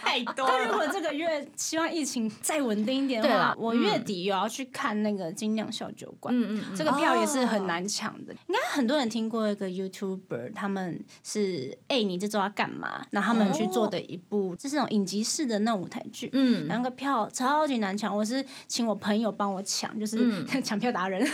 Speaker 4: 太多
Speaker 3: 但如果这个月希望疫情再稳定一点的
Speaker 2: 对
Speaker 3: 话
Speaker 2: 啦，
Speaker 3: 我月底有要去看那个精酿小酒馆。
Speaker 2: 嗯嗯嗯，哦
Speaker 3: 这个票也是很难抢的，应该很多人听过一个 YouTuber，他们是哎、你这周要干嘛？然后他们去做的一部，就是那种影集式的那种舞台剧，
Speaker 2: 嗯
Speaker 3: 然后那个票超级难抢，我是请我朋友帮我抢，就是
Speaker 2: 嗯
Speaker 3: [laughs] 抢票达人，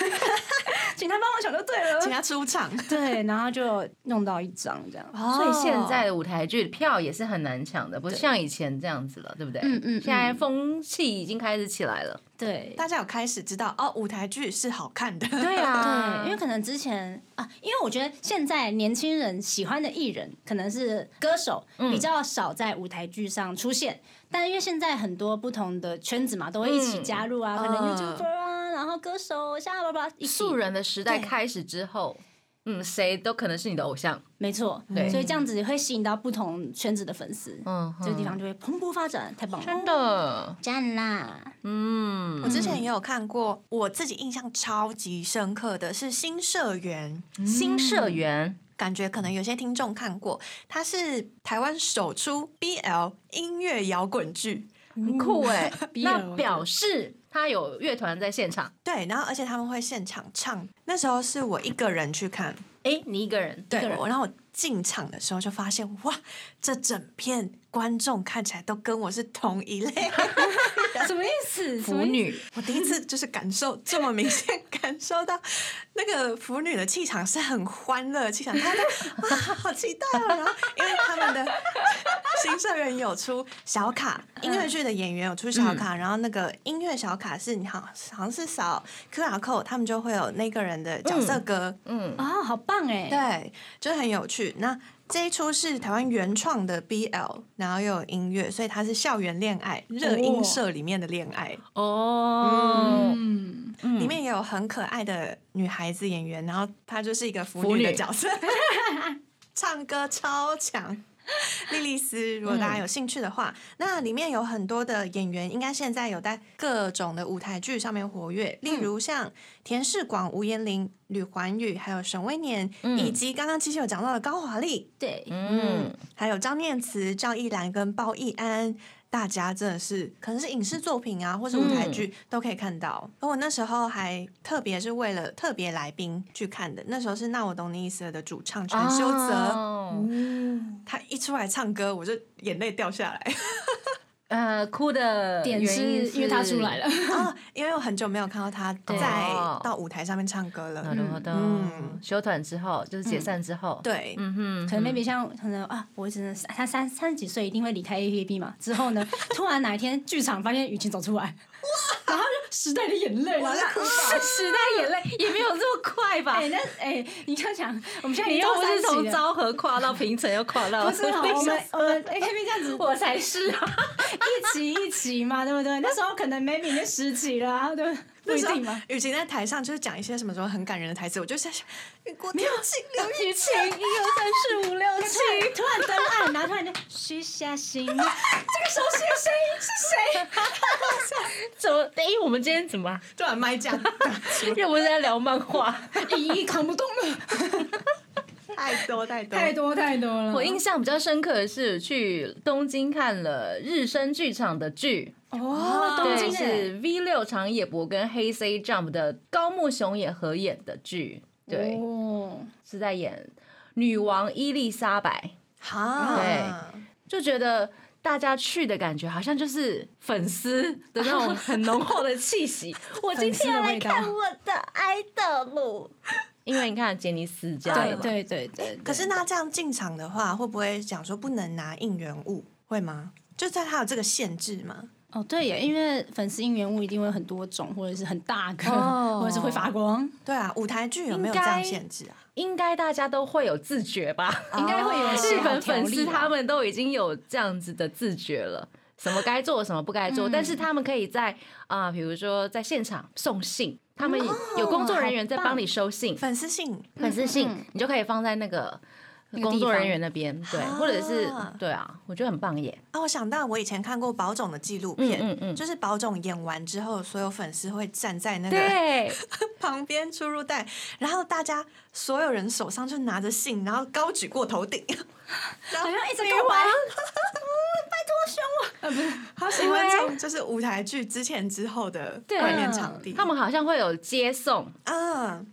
Speaker 3: 请他帮我抢就对了，
Speaker 4: 请他出 [laughs] 场，
Speaker 3: [laughs] 对，然后就弄到一张这样。
Speaker 2: 所以
Speaker 3: 哦
Speaker 2: 现在的舞台剧票也是很难抢的，不像以前这样子了，对不对？
Speaker 3: 嗯嗯嗯
Speaker 2: 现在风气已经开始起来了。
Speaker 3: 对
Speaker 4: 大家有开始知道哦，舞台剧是好看的，
Speaker 2: 对
Speaker 3: 对，啊因为
Speaker 2: 为
Speaker 3: 可能之前啊，因为我觉得现在年轻人喜欢的艺人可能是歌手，比较少在舞台剧上出现。但因为现在很多不同的圈子嘛，都会一起加入啊，可能
Speaker 4: 嗯
Speaker 3: YouTuber 啊，然后歌手，像巴拉巴拉一起
Speaker 2: 素人的时代开始之后，嗯，谁都可能是你的偶像。
Speaker 3: 没错，
Speaker 2: 对
Speaker 3: 所以这样子会吸引到不同圈子的粉丝，
Speaker 2: 嗯，
Speaker 3: 这个地方就会蓬勃发展，太棒了，
Speaker 2: 真的，
Speaker 3: 赞啦！
Speaker 2: 嗯，
Speaker 4: 我之前也有看过，我自己印象超级深刻的是新社员，
Speaker 2: 新
Speaker 3: 嗯
Speaker 2: 社员
Speaker 4: 感觉可能有些听众看过，它是台湾首出 BL 音乐摇滚剧。
Speaker 2: 很酷
Speaker 3: 嗯
Speaker 2: 哎，
Speaker 3: BL [laughs]
Speaker 2: 那表示他有乐团在现场。
Speaker 4: 对，然后而且他们会现场唱，那时候是我一个人去看，
Speaker 2: 哎，你一个人，
Speaker 4: 对
Speaker 3: 一个，人
Speaker 4: 我然后我进场的时候就发现，哇，这整片观众看起来都跟我是同一类，
Speaker 3: 什么意思？
Speaker 2: 腐女，
Speaker 4: 我第一次就是感受这么明显，感受到那个腐女的气场是很欢乐的气场，她的哇，好期待哦！然后因为他们的新社员有出小卡，音乐剧的演员有出小卡，然后那个音乐小卡是你好好像是扫 QR code，他们就会有那个人的角色歌，
Speaker 2: 嗯，
Speaker 3: 啊、好棒哎！
Speaker 4: 对，就很有趣。那这一出是台湾原创的 BL，然后又有音乐，所以它是校园恋爱，热音社里面的恋爱，
Speaker 2: 哦，
Speaker 3: 嗯，
Speaker 4: 里面也有很可爱的女孩子演员，然后她就是一个腐
Speaker 2: 腐
Speaker 4: 女的
Speaker 2: 女
Speaker 4: 角色， [laughs] 唱歌超强。莉莉丝，如果大家有兴趣的话，那里面有很多的演员，应该现在有在各种的舞台剧上面活跃，例如像田世广、吴彦霖、吕环宇，还有沈威年，以及刚刚其实有讲到的高华丽，
Speaker 3: 对，
Speaker 2: 嗯，
Speaker 4: 还有张念慈、赵一兰跟包奕安，大家真的是可能是影视作品啊，或是舞
Speaker 2: 嗯
Speaker 4: 台剧、都可以看到。而我那时候还特别是为了特别来宾去看的，那时候是《那我懂你意思了》的主唱陈修泽，
Speaker 2: 哦 [laughs]
Speaker 4: 他一出来唱歌，我就眼泪掉下来。
Speaker 2: 呃，哭的
Speaker 3: 点
Speaker 2: 原
Speaker 3: 是
Speaker 2: 因
Speaker 3: 因为他出来
Speaker 2: 了。
Speaker 3: 了，
Speaker 4: 啊，因为我很久没有看到他
Speaker 2: 对
Speaker 4: 在
Speaker 2: 哦
Speaker 4: 到舞台上面唱歌
Speaker 2: な
Speaker 4: 了。
Speaker 2: るほど
Speaker 4: 嗯
Speaker 2: 休团之后就是解散之后，，
Speaker 4: [laughs] 对，
Speaker 2: 嗯哼，
Speaker 3: 可能 maybe 像可能啊，我只能他三三十几岁一定会离开 A P P 嘛。之后呢，突然哪一天剧场发现雨晴走出来，哇，然后就时代的眼泪，
Speaker 4: 我要哭吧
Speaker 2: 时代眼泪也没有这么快吧？
Speaker 3: 哎，那哎，你看想，我们现在
Speaker 2: 你
Speaker 3: 已经
Speaker 2: 又不是
Speaker 3: 到30
Speaker 2: 从
Speaker 3: 了
Speaker 2: 昭和跨到平成，又跨到
Speaker 3: 不是
Speaker 2: [laughs]
Speaker 3: 好，我们我们 A K B 这样子
Speaker 2: 我才是啊，
Speaker 3: 一期一期嘛，对不对？那时候可能 maybe 已经十期了啊，对不对，不一定嘛。？
Speaker 4: 雨晴在台上就是讲一些什么时候很感人的台词，我就在想，雨过天晴了，
Speaker 2: 雨晴一二三四五六
Speaker 3: 突然突然灯暗，然后突然间许下
Speaker 2: [laughs]
Speaker 3: 心愿，这个熟悉的声音是谁？
Speaker 2: 怎么？哎，我们今天怎么 [laughs] 啊？
Speaker 4: 突然麦这样打出来
Speaker 2: 又不是在聊漫画？
Speaker 3: [laughs] 咦咦，扛不啊动了，
Speaker 4: 太多太
Speaker 2: [laughs]
Speaker 4: 多
Speaker 3: 太多太多了。
Speaker 2: [laughs] 我印象比较深刻的是去东京看了日升剧场的剧，
Speaker 3: 哦，东
Speaker 2: 对，
Speaker 3: 京欸
Speaker 2: 是 V 六长野博跟黑 C Jump 的高木雄也合演的剧，对，
Speaker 3: 哦
Speaker 2: 是在演女王伊丽莎白，
Speaker 4: 哈，
Speaker 2: 对就觉得。大家去的感觉好像就是粉丝的那种很浓厚的气 [laughs] 息。我今天要来看我的 idol，因为你看杰尼斯家的
Speaker 3: 对
Speaker 2: 嘛，
Speaker 3: 对对对，
Speaker 4: 可是那这样进场的话，会不会讲说不能拿应援物？会吗？就在它有这个限制吗？
Speaker 3: 哦对耶，因为粉丝应援物一定会很多种，或者是很大个，
Speaker 2: 哦
Speaker 3: 或者是会发光，
Speaker 4: 对啊，舞台剧有没有这
Speaker 2: 应该
Speaker 4: 样限制啊？
Speaker 2: 应该大家都会有自觉吧？
Speaker 3: 应该会有
Speaker 4: 哦
Speaker 2: 日
Speaker 3: 是
Speaker 2: 本粉丝他们都已经有这样子的自觉了，什么该做，什么不该做，但是他们可以在啊、呃比如说在现场送信，他们有工作人员在帮你收信，
Speaker 4: 粉丝性
Speaker 2: 粉丝信
Speaker 3: 嗯
Speaker 2: 你就可以放在那个
Speaker 3: 那个地
Speaker 2: 工作人
Speaker 3: 方
Speaker 2: 员那边，对，
Speaker 4: 啊
Speaker 2: 或者是对啊，我觉得很棒耶，
Speaker 4: 啊，我想到我以前看过宝总的纪录
Speaker 2: 嗯
Speaker 4: 片，
Speaker 2: 嗯嗯
Speaker 4: 就是宝总演完之后，所有粉丝会站在那个
Speaker 3: [laughs]
Speaker 2: 对，
Speaker 4: [laughs] 旁边出入带，然后大家所有人手上就拿着信，然后高举过
Speaker 2: [laughs]
Speaker 4: 头顶，然后
Speaker 3: 好像一直
Speaker 4: 女
Speaker 3: 告白
Speaker 4: 王
Speaker 3: 啊不是，
Speaker 4: 好喜欢这种就是舞台剧之前之后的
Speaker 2: 对嗯
Speaker 4: 锻炼场地，
Speaker 2: 他们好像会有接送，
Speaker 4: 啊，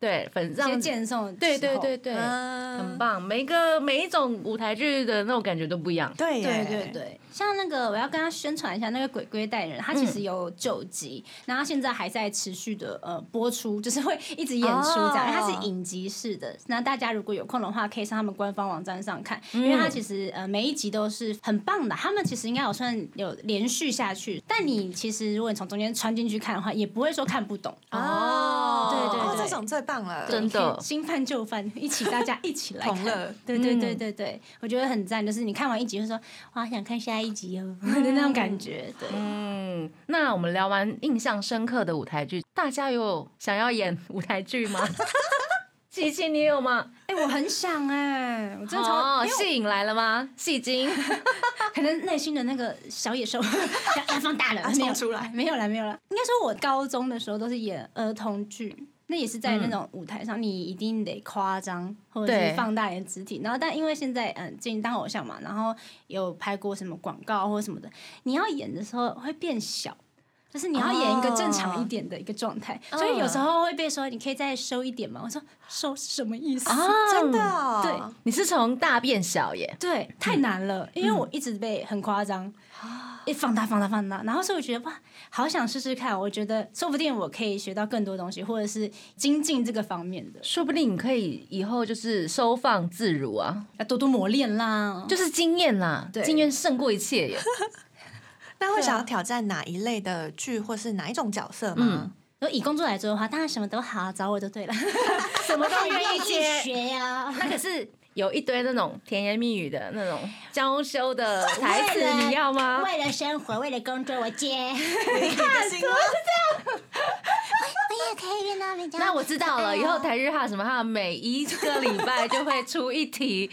Speaker 2: 对，粉
Speaker 3: 一些
Speaker 2: 让
Speaker 3: 健送的时候，
Speaker 2: 对对对对，
Speaker 4: 嗯
Speaker 2: 很棒，每一个每一种舞台剧的那种感觉都不一样，
Speaker 4: 对耶
Speaker 3: 对对，对，像那个我要跟他宣传一下，那个《鬼鬼代人》，他其实有九集，然后现在还在持续的呃播出，就是会一直演出这样。
Speaker 4: 哦
Speaker 3: 它是影集式的，那大家如果有空的话，可以上他们官方网站上看，因为它其实呃每一集都是很棒的。他们其实应该有算有连续下去，但你其实如果你从中间穿进去看的话，也不会说看不懂。
Speaker 2: 哦
Speaker 3: 对对
Speaker 4: 哦，
Speaker 3: 对
Speaker 4: 这种最棒了， [laughs]
Speaker 2: 真的
Speaker 3: 可以新翻旧翻，一起大家一起来
Speaker 4: 同乐
Speaker 3: 看。对对对
Speaker 2: 嗯
Speaker 3: 对对，我觉得很赞，就是你看完一集就说哇，想看下一集哦的那种感觉。对，
Speaker 2: 嗯，那我们聊完印象深刻的舞台剧，大家有想要演舞台剧吗？ [laughs] 琪琪，你有吗？
Speaker 3: 哎，我很想哎，我真的
Speaker 2: 哦，
Speaker 3: 超，因为
Speaker 2: 戏引来了吗？戏精， [laughs]
Speaker 3: 我可能内心的那个小野兽 [laughs] 要要放大了，没有
Speaker 4: 啊冲出来
Speaker 3: 哎没有了，没有了。应该说，我高中的时候都是演儿童剧。那也是在那
Speaker 2: 嗯
Speaker 3: 种舞台上，你一定得夸张或者
Speaker 2: 对
Speaker 3: 是放大你的肢体。然后，但因为现在嗯，进当偶像嘛，然后有拍过什么广告或什么的，你要演的时候会变小，就是你要演一个正常一点的一个状态。所以有时候会被说，你可以再收一点嘛。我说收是什么意思？
Speaker 2: 啊
Speaker 4: 真的哦
Speaker 3: 对
Speaker 2: 你是从大变小耶，
Speaker 3: 对，太难了，因为我一直被很夸张，一放大、放大、放大，然后所以我觉得哇，好想试试看，我觉得说不定我可以学到更多东西，或者是精进这个方面的，
Speaker 2: 说不定你可以以后就是收放自如啊，
Speaker 3: 要多多磨练啦。就
Speaker 2: 就是经验啦，
Speaker 3: 对
Speaker 2: 经验胜过一切 [laughs] 耶。
Speaker 4: 那会想要挑战哪一类的剧，或是哪一种角色吗？
Speaker 3: 如果以工作来做的话，当然什么都好，找我就 [laughs] 对了，
Speaker 2: 什么都愿意
Speaker 3: [laughs]
Speaker 2: 接
Speaker 3: 学呀、
Speaker 2: 那可是有一堆那种甜言蜜语的那种娇羞的台词 [laughs]
Speaker 3: 为，了
Speaker 2: 你要吗？
Speaker 3: 为了生活，为了工作，我 [laughs] 接。
Speaker 4: 你看，行了
Speaker 1: 我也可以遇到比较
Speaker 2: 那我知道了，以后台日哈什么哈，每一个礼拜就会出一题，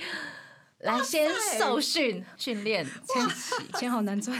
Speaker 2: 来先受训训练，
Speaker 3: 钱好难赚，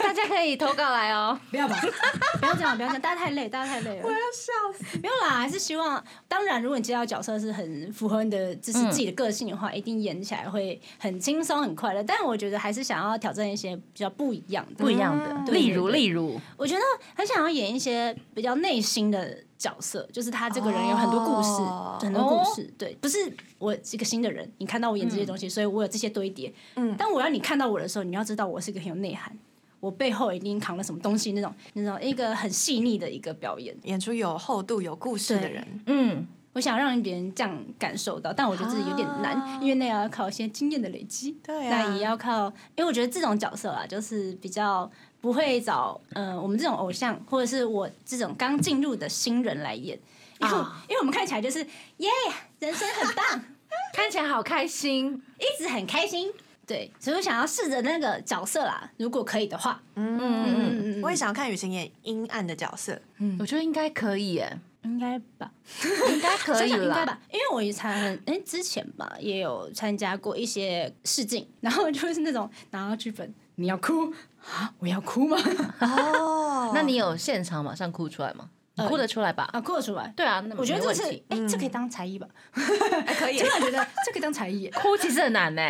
Speaker 2: 大家可以投稿来哦。
Speaker 3: 不要吧，
Speaker 4: [laughs]
Speaker 3: 不要这样，不要这样，大家太累，大家太累了。
Speaker 4: 要笑死。
Speaker 3: 没有啦，还是希望。当然，如果你接到角色是很符合你的，就是自己的个性的话，一定演起来会很轻松、很快乐。但我觉得还是想要挑战一些比较不一样的。
Speaker 4: 嗯
Speaker 2: 不一样的，
Speaker 3: 对
Speaker 2: 嗯例如
Speaker 3: 对对
Speaker 2: 例如，
Speaker 3: 我觉得很想要演一些比较内心的角色，就是他这个人有很多故事，
Speaker 4: 哦
Speaker 3: 很多故事。对，不是我是一个新的人，你看到我演这些东西，所以我有这些堆叠。
Speaker 4: 嗯
Speaker 3: 但我要你看到我的时候，你要知道我是一个很有内涵，我背后一定扛了什么东西那种，那种一个很细腻的一个表演。
Speaker 4: 演出有厚度、有故事的人，
Speaker 2: 嗯，
Speaker 3: 我想让别人这样感受到，但我觉得自己有点难，
Speaker 4: 啊
Speaker 3: 因为那要靠一些经验的累积。
Speaker 4: 对啊
Speaker 3: 那也要靠，因为我觉得这种角色啊，就是比较不会找，呃，我们这种偶像或者是我这种刚进入的新人来演，因为我、
Speaker 2: 啊
Speaker 3: 因为我们看起来就是耶，人生
Speaker 4: [laughs]
Speaker 3: 很棒，
Speaker 2: 看起来好开心，
Speaker 3: 一直很开心。对，所以我想要试着那个角色啦，如果可以的话，
Speaker 2: 嗯，
Speaker 3: 嗯嗯，
Speaker 4: 我也想要看雨晴演阴暗的角色。
Speaker 2: 我觉得应该可以耶，
Speaker 3: 应该吧，
Speaker 2: 应该可
Speaker 3: 想
Speaker 2: 以
Speaker 3: 想应该
Speaker 2: 啦
Speaker 3: 吧。，因为我也才很哎、之前吧也有参加过一些试镜，然后就是那种拿到剧本，你要哭啊，我要哭吗？
Speaker 4: 哦
Speaker 2: 那你有现场马上哭出来吗？你
Speaker 3: 呃
Speaker 2: 哭得出来吧？
Speaker 3: 啊，哭得出来。
Speaker 2: 对啊，那
Speaker 3: 我觉得
Speaker 2: 没
Speaker 3: 这
Speaker 2: 问
Speaker 3: 是
Speaker 2: 题嗯哎
Speaker 3: 哎、这可以当才艺吧？ [laughs]
Speaker 4: 还可以
Speaker 3: 真的觉得这可以当才艺耶，
Speaker 2: 哭其实很难呢。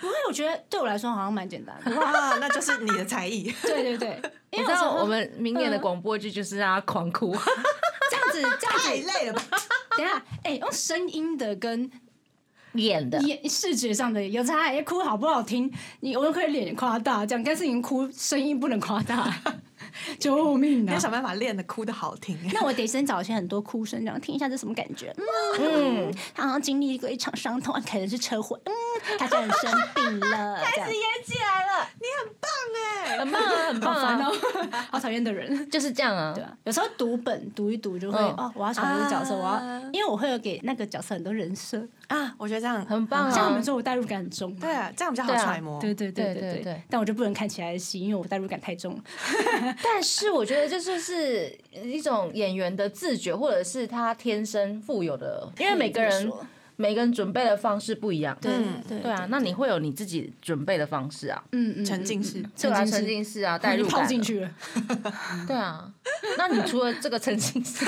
Speaker 3: 不会，我觉得对我来说好像蛮简单的。
Speaker 4: [laughs] 哇，那就是你的才艺。
Speaker 3: 对对对， [laughs]
Speaker 2: 你
Speaker 3: 因为
Speaker 2: 知
Speaker 3: 有时
Speaker 2: 道
Speaker 3: 候
Speaker 2: 我们明年的
Speaker 3: 嗯
Speaker 2: 广播剧就是让他狂哭，
Speaker 3: 这样子这样
Speaker 4: 太
Speaker 3: 子，
Speaker 4: 累了 [laughs] 吧？
Speaker 3: 等一下，哎、用声音的跟
Speaker 2: [laughs] 演的
Speaker 3: 眼视觉上的有差，哎，哭好不好听？你我可以脸夸大这样，但是你哭声音不能夸大， [laughs] 救命
Speaker 4: 你
Speaker 3: 啊
Speaker 4: 要！想办法练的哭的好听。
Speaker 3: 那我得先找一些很多哭声，然后听一下这什么感觉。嗯，他好像经历过一场伤痛，啊可能是车祸。嗯，他真的生病
Speaker 2: [laughs]
Speaker 3: 了，这样
Speaker 2: 演起来了，
Speaker 4: 你很棒哎、
Speaker 2: 很棒啊，很棒
Speaker 3: 好 [laughs] 烦
Speaker 2: 啊，
Speaker 3: 哦，好讨厌的人。
Speaker 2: 就是这样啊
Speaker 3: [laughs] 对。啊，有时候读本读一读就会、
Speaker 2: 嗯
Speaker 3: 哦，我要想这个角色，我
Speaker 4: 啊
Speaker 3: 要因为我会有给那个角色很多人设，
Speaker 4: 啊！我觉得这样
Speaker 2: 很棒啊
Speaker 3: 这样你们说我代入感很重嘛。
Speaker 4: 对啊，这样比较好
Speaker 2: 对啊
Speaker 4: 揣摩。
Speaker 3: 对对对
Speaker 2: 对
Speaker 3: 对
Speaker 2: 对对
Speaker 3: 但我就不能看起来戏，因为我代入感太重了。
Speaker 2: 但是我觉得这就是一种演员的自觉，或者是他天生富有的，因为每个
Speaker 3: 可以这
Speaker 2: 人
Speaker 3: 么嗯说
Speaker 2: 每个人准备的方式不一样。
Speaker 3: 对
Speaker 4: 嗯
Speaker 3: 对
Speaker 2: 对啊，那你会有你自己准备的方式啊，
Speaker 3: 嗯嗯，
Speaker 4: 沉浸式
Speaker 3: 嗯嗯
Speaker 2: 对啊，沉
Speaker 3: 沉浸
Speaker 2: 浸
Speaker 3: 式
Speaker 2: 式啊，代
Speaker 3: 你
Speaker 2: 入
Speaker 3: 泡
Speaker 2: 感
Speaker 3: 进
Speaker 2: 啊。
Speaker 3: 去了，
Speaker 2: 对啊，那你除了这个沉浸
Speaker 3: [laughs]
Speaker 2: 式，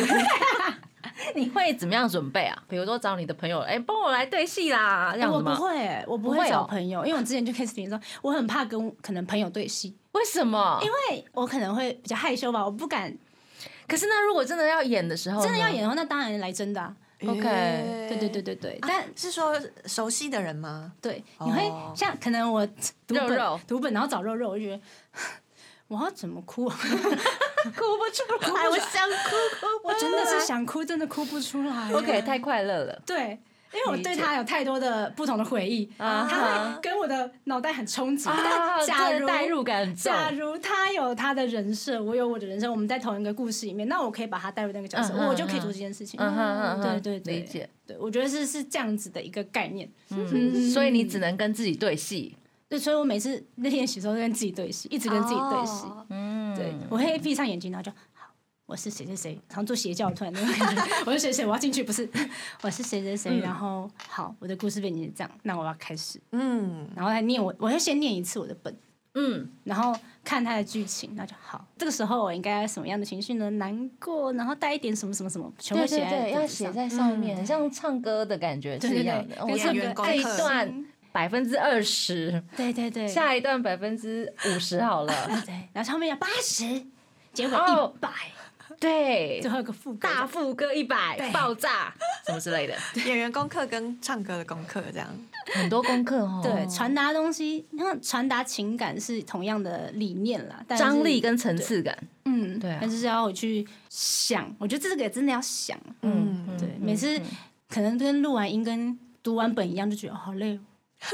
Speaker 2: 你会怎么样准备啊？比如说找你的朋友，哎，帮我来对戏啦，这样
Speaker 3: 哎我
Speaker 2: 子
Speaker 3: 不
Speaker 2: 吗？
Speaker 3: 会、我不
Speaker 2: 不会
Speaker 3: 会
Speaker 2: 哦
Speaker 3: 找朋友，因为我之前就开始听说，我很怕跟可能朋友对戏，
Speaker 2: 为什么？
Speaker 3: 因为我可能会比较害羞吧，我不敢
Speaker 2: 可是那如果真的要演的时候呢，
Speaker 3: 真的要演的话，那当然来真的、啊。
Speaker 4: 嗯
Speaker 2: OK，
Speaker 4: 耶
Speaker 3: 对对对对对，
Speaker 2: 啊
Speaker 3: 但
Speaker 4: 是说熟悉的人吗？
Speaker 3: 对，
Speaker 4: 哦
Speaker 3: 你会像可能我读
Speaker 2: 肉
Speaker 3: 本
Speaker 2: 肉
Speaker 3: 读本，然后找肉肉，我就觉得我要怎么哭啊？
Speaker 2: [laughs] 哭不出
Speaker 4: 哎，我想哭哭，
Speaker 3: 我真的是想哭，真的哭不出来。
Speaker 2: OK，太快乐了。
Speaker 3: 对。因为我
Speaker 2: 理
Speaker 3: 对
Speaker 2: 解
Speaker 3: 他有太多的不同的回忆，
Speaker 2: 啊
Speaker 3: 他
Speaker 2: 哈
Speaker 3: 会跟我的脑袋很冲击。
Speaker 2: 啊，
Speaker 3: 但假
Speaker 2: 真的
Speaker 3: 如
Speaker 2: 代入感很重，
Speaker 3: 假如他有他的人设，我有我的人设，我们在同一个故事里面，那我可以把他带入那个角色，
Speaker 2: 嗯哼
Speaker 3: 我就可以
Speaker 2: 嗯
Speaker 3: 做
Speaker 2: 哼
Speaker 3: 这件事情。
Speaker 2: 嗯哼嗯哼
Speaker 3: 对对对，
Speaker 2: 理解。
Speaker 3: 对，我觉得是是这样子的一个概念。
Speaker 2: 嗯，所以你只能跟自己对戏，
Speaker 3: 对，所以我每次那练习的时候都跟自己对戏，一直跟自己对戏。
Speaker 2: 嗯，
Speaker 3: 对，我会闭上眼睛，然后就好，我是谁谁谁，好像做邪教突然那种感觉，我是谁谁，我要进去，不是，我是谁谁谁，然后好，我的故事背景是这样，那我要开始，
Speaker 4: 嗯，
Speaker 3: 然后来念我，我会先念一次我的本，
Speaker 2: 嗯，
Speaker 3: 然后看它的剧情，那就好。这个时候我应该什么样的情绪呢？难过，然后带一点什么什么什么，全部
Speaker 2: 对
Speaker 3: 写
Speaker 2: 对
Speaker 3: 在
Speaker 2: 对，要
Speaker 3: 本
Speaker 2: 写
Speaker 3: 上
Speaker 2: 在上面，很像唱歌的感觉
Speaker 3: 对
Speaker 2: 是
Speaker 3: 对
Speaker 2: 一样
Speaker 3: 对
Speaker 2: 的。哦
Speaker 3: 跟
Speaker 2: 我
Speaker 4: 演
Speaker 3: 唱歌
Speaker 4: 员功
Speaker 2: 这一
Speaker 4: 课
Speaker 2: 段百分之二十，
Speaker 3: 对对对，
Speaker 2: 下一段百分之五十好
Speaker 3: [laughs]
Speaker 2: 了，
Speaker 3: 对，然后上面要八十，结尾
Speaker 2: 哦
Speaker 3: 一百、
Speaker 2: 对
Speaker 3: 最，后有个副歌
Speaker 2: 大副歌一百爆炸什么之类的，
Speaker 4: 演员功课跟唱歌的功课这样。
Speaker 2: 很多功课 [laughs] 哦。
Speaker 3: 对，传达东西，那传达情感是同样的理念啦，但是
Speaker 2: 张力跟层次感，
Speaker 3: 嗯，
Speaker 2: 对啊
Speaker 3: 但是要我去想，我觉得这个真的要想，
Speaker 2: 嗯
Speaker 3: 对，每次可能跟录完音跟读完本一样，就觉得哦好累哦，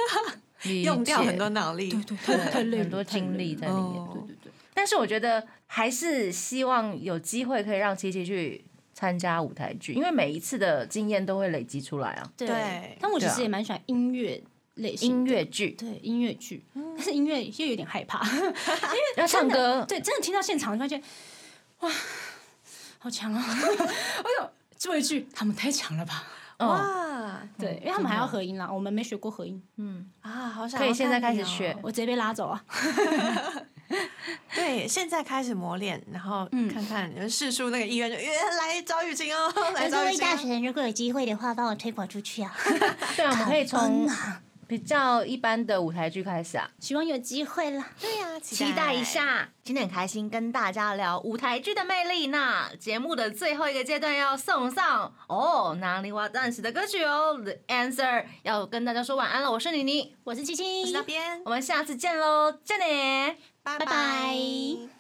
Speaker 2: 理
Speaker 4: 用掉
Speaker 2: 解
Speaker 4: 很多脑力。
Speaker 3: 对
Speaker 2: 对
Speaker 3: 太累
Speaker 2: 嗯
Speaker 3: 了，
Speaker 2: 很多
Speaker 3: 太累了
Speaker 2: 精力在里面。
Speaker 4: 哦
Speaker 2: 对对对。但是我觉得还是希望有机会可以让琪琪去参加舞台剧，因为每一次的经验都会累积出来啊。
Speaker 3: 对
Speaker 4: 对，
Speaker 3: 但我其
Speaker 2: 对啊
Speaker 3: 实也蛮喜欢音乐类型的
Speaker 2: 音乐剧
Speaker 3: 对音乐剧，但是音乐又有点害 [laughs] 怕，
Speaker 2: 要唱歌，
Speaker 3: 对，真的听到现场，你发现哇，好 [laughs] 强啊！我有做一句，他们太强了吧？
Speaker 2: 嗯，
Speaker 4: 哇
Speaker 3: 对，因为他们还要合音啦，我们没学过合音，
Speaker 4: 啊，好想
Speaker 2: 可以
Speaker 4: 要
Speaker 2: 现在
Speaker 4: 看你
Speaker 2: 开始
Speaker 4: 哦
Speaker 2: 学
Speaker 3: 我直接被拉走啊！
Speaker 4: [laughs] 对，现在开始磨练，然后
Speaker 2: 嗯
Speaker 4: 看看你们试出那个意愿，就呃来找雨
Speaker 2: [laughs]
Speaker 4: 晴哦，
Speaker 2: 哎
Speaker 4: 来找雨晴哦。
Speaker 1: 神如果有机会的话，帮我推广出去啊！
Speaker 2: 对啊，我们可以从比较一般的舞台剧开始啊，
Speaker 3: 希望有机会啦。
Speaker 4: 对呀，
Speaker 2: 期待一。下。今天很开心跟大家聊舞台剧的魅力。那节目的最后一个阶段要送上哦，哪里哇战士的歌曲哦，The Answer，要跟大家说晚安了。我是妮妮，
Speaker 3: 我是七
Speaker 4: 我
Speaker 3: 七
Speaker 4: 是那，边，
Speaker 2: 我们下次见喽，见你。
Speaker 5: 拜
Speaker 4: 拜拜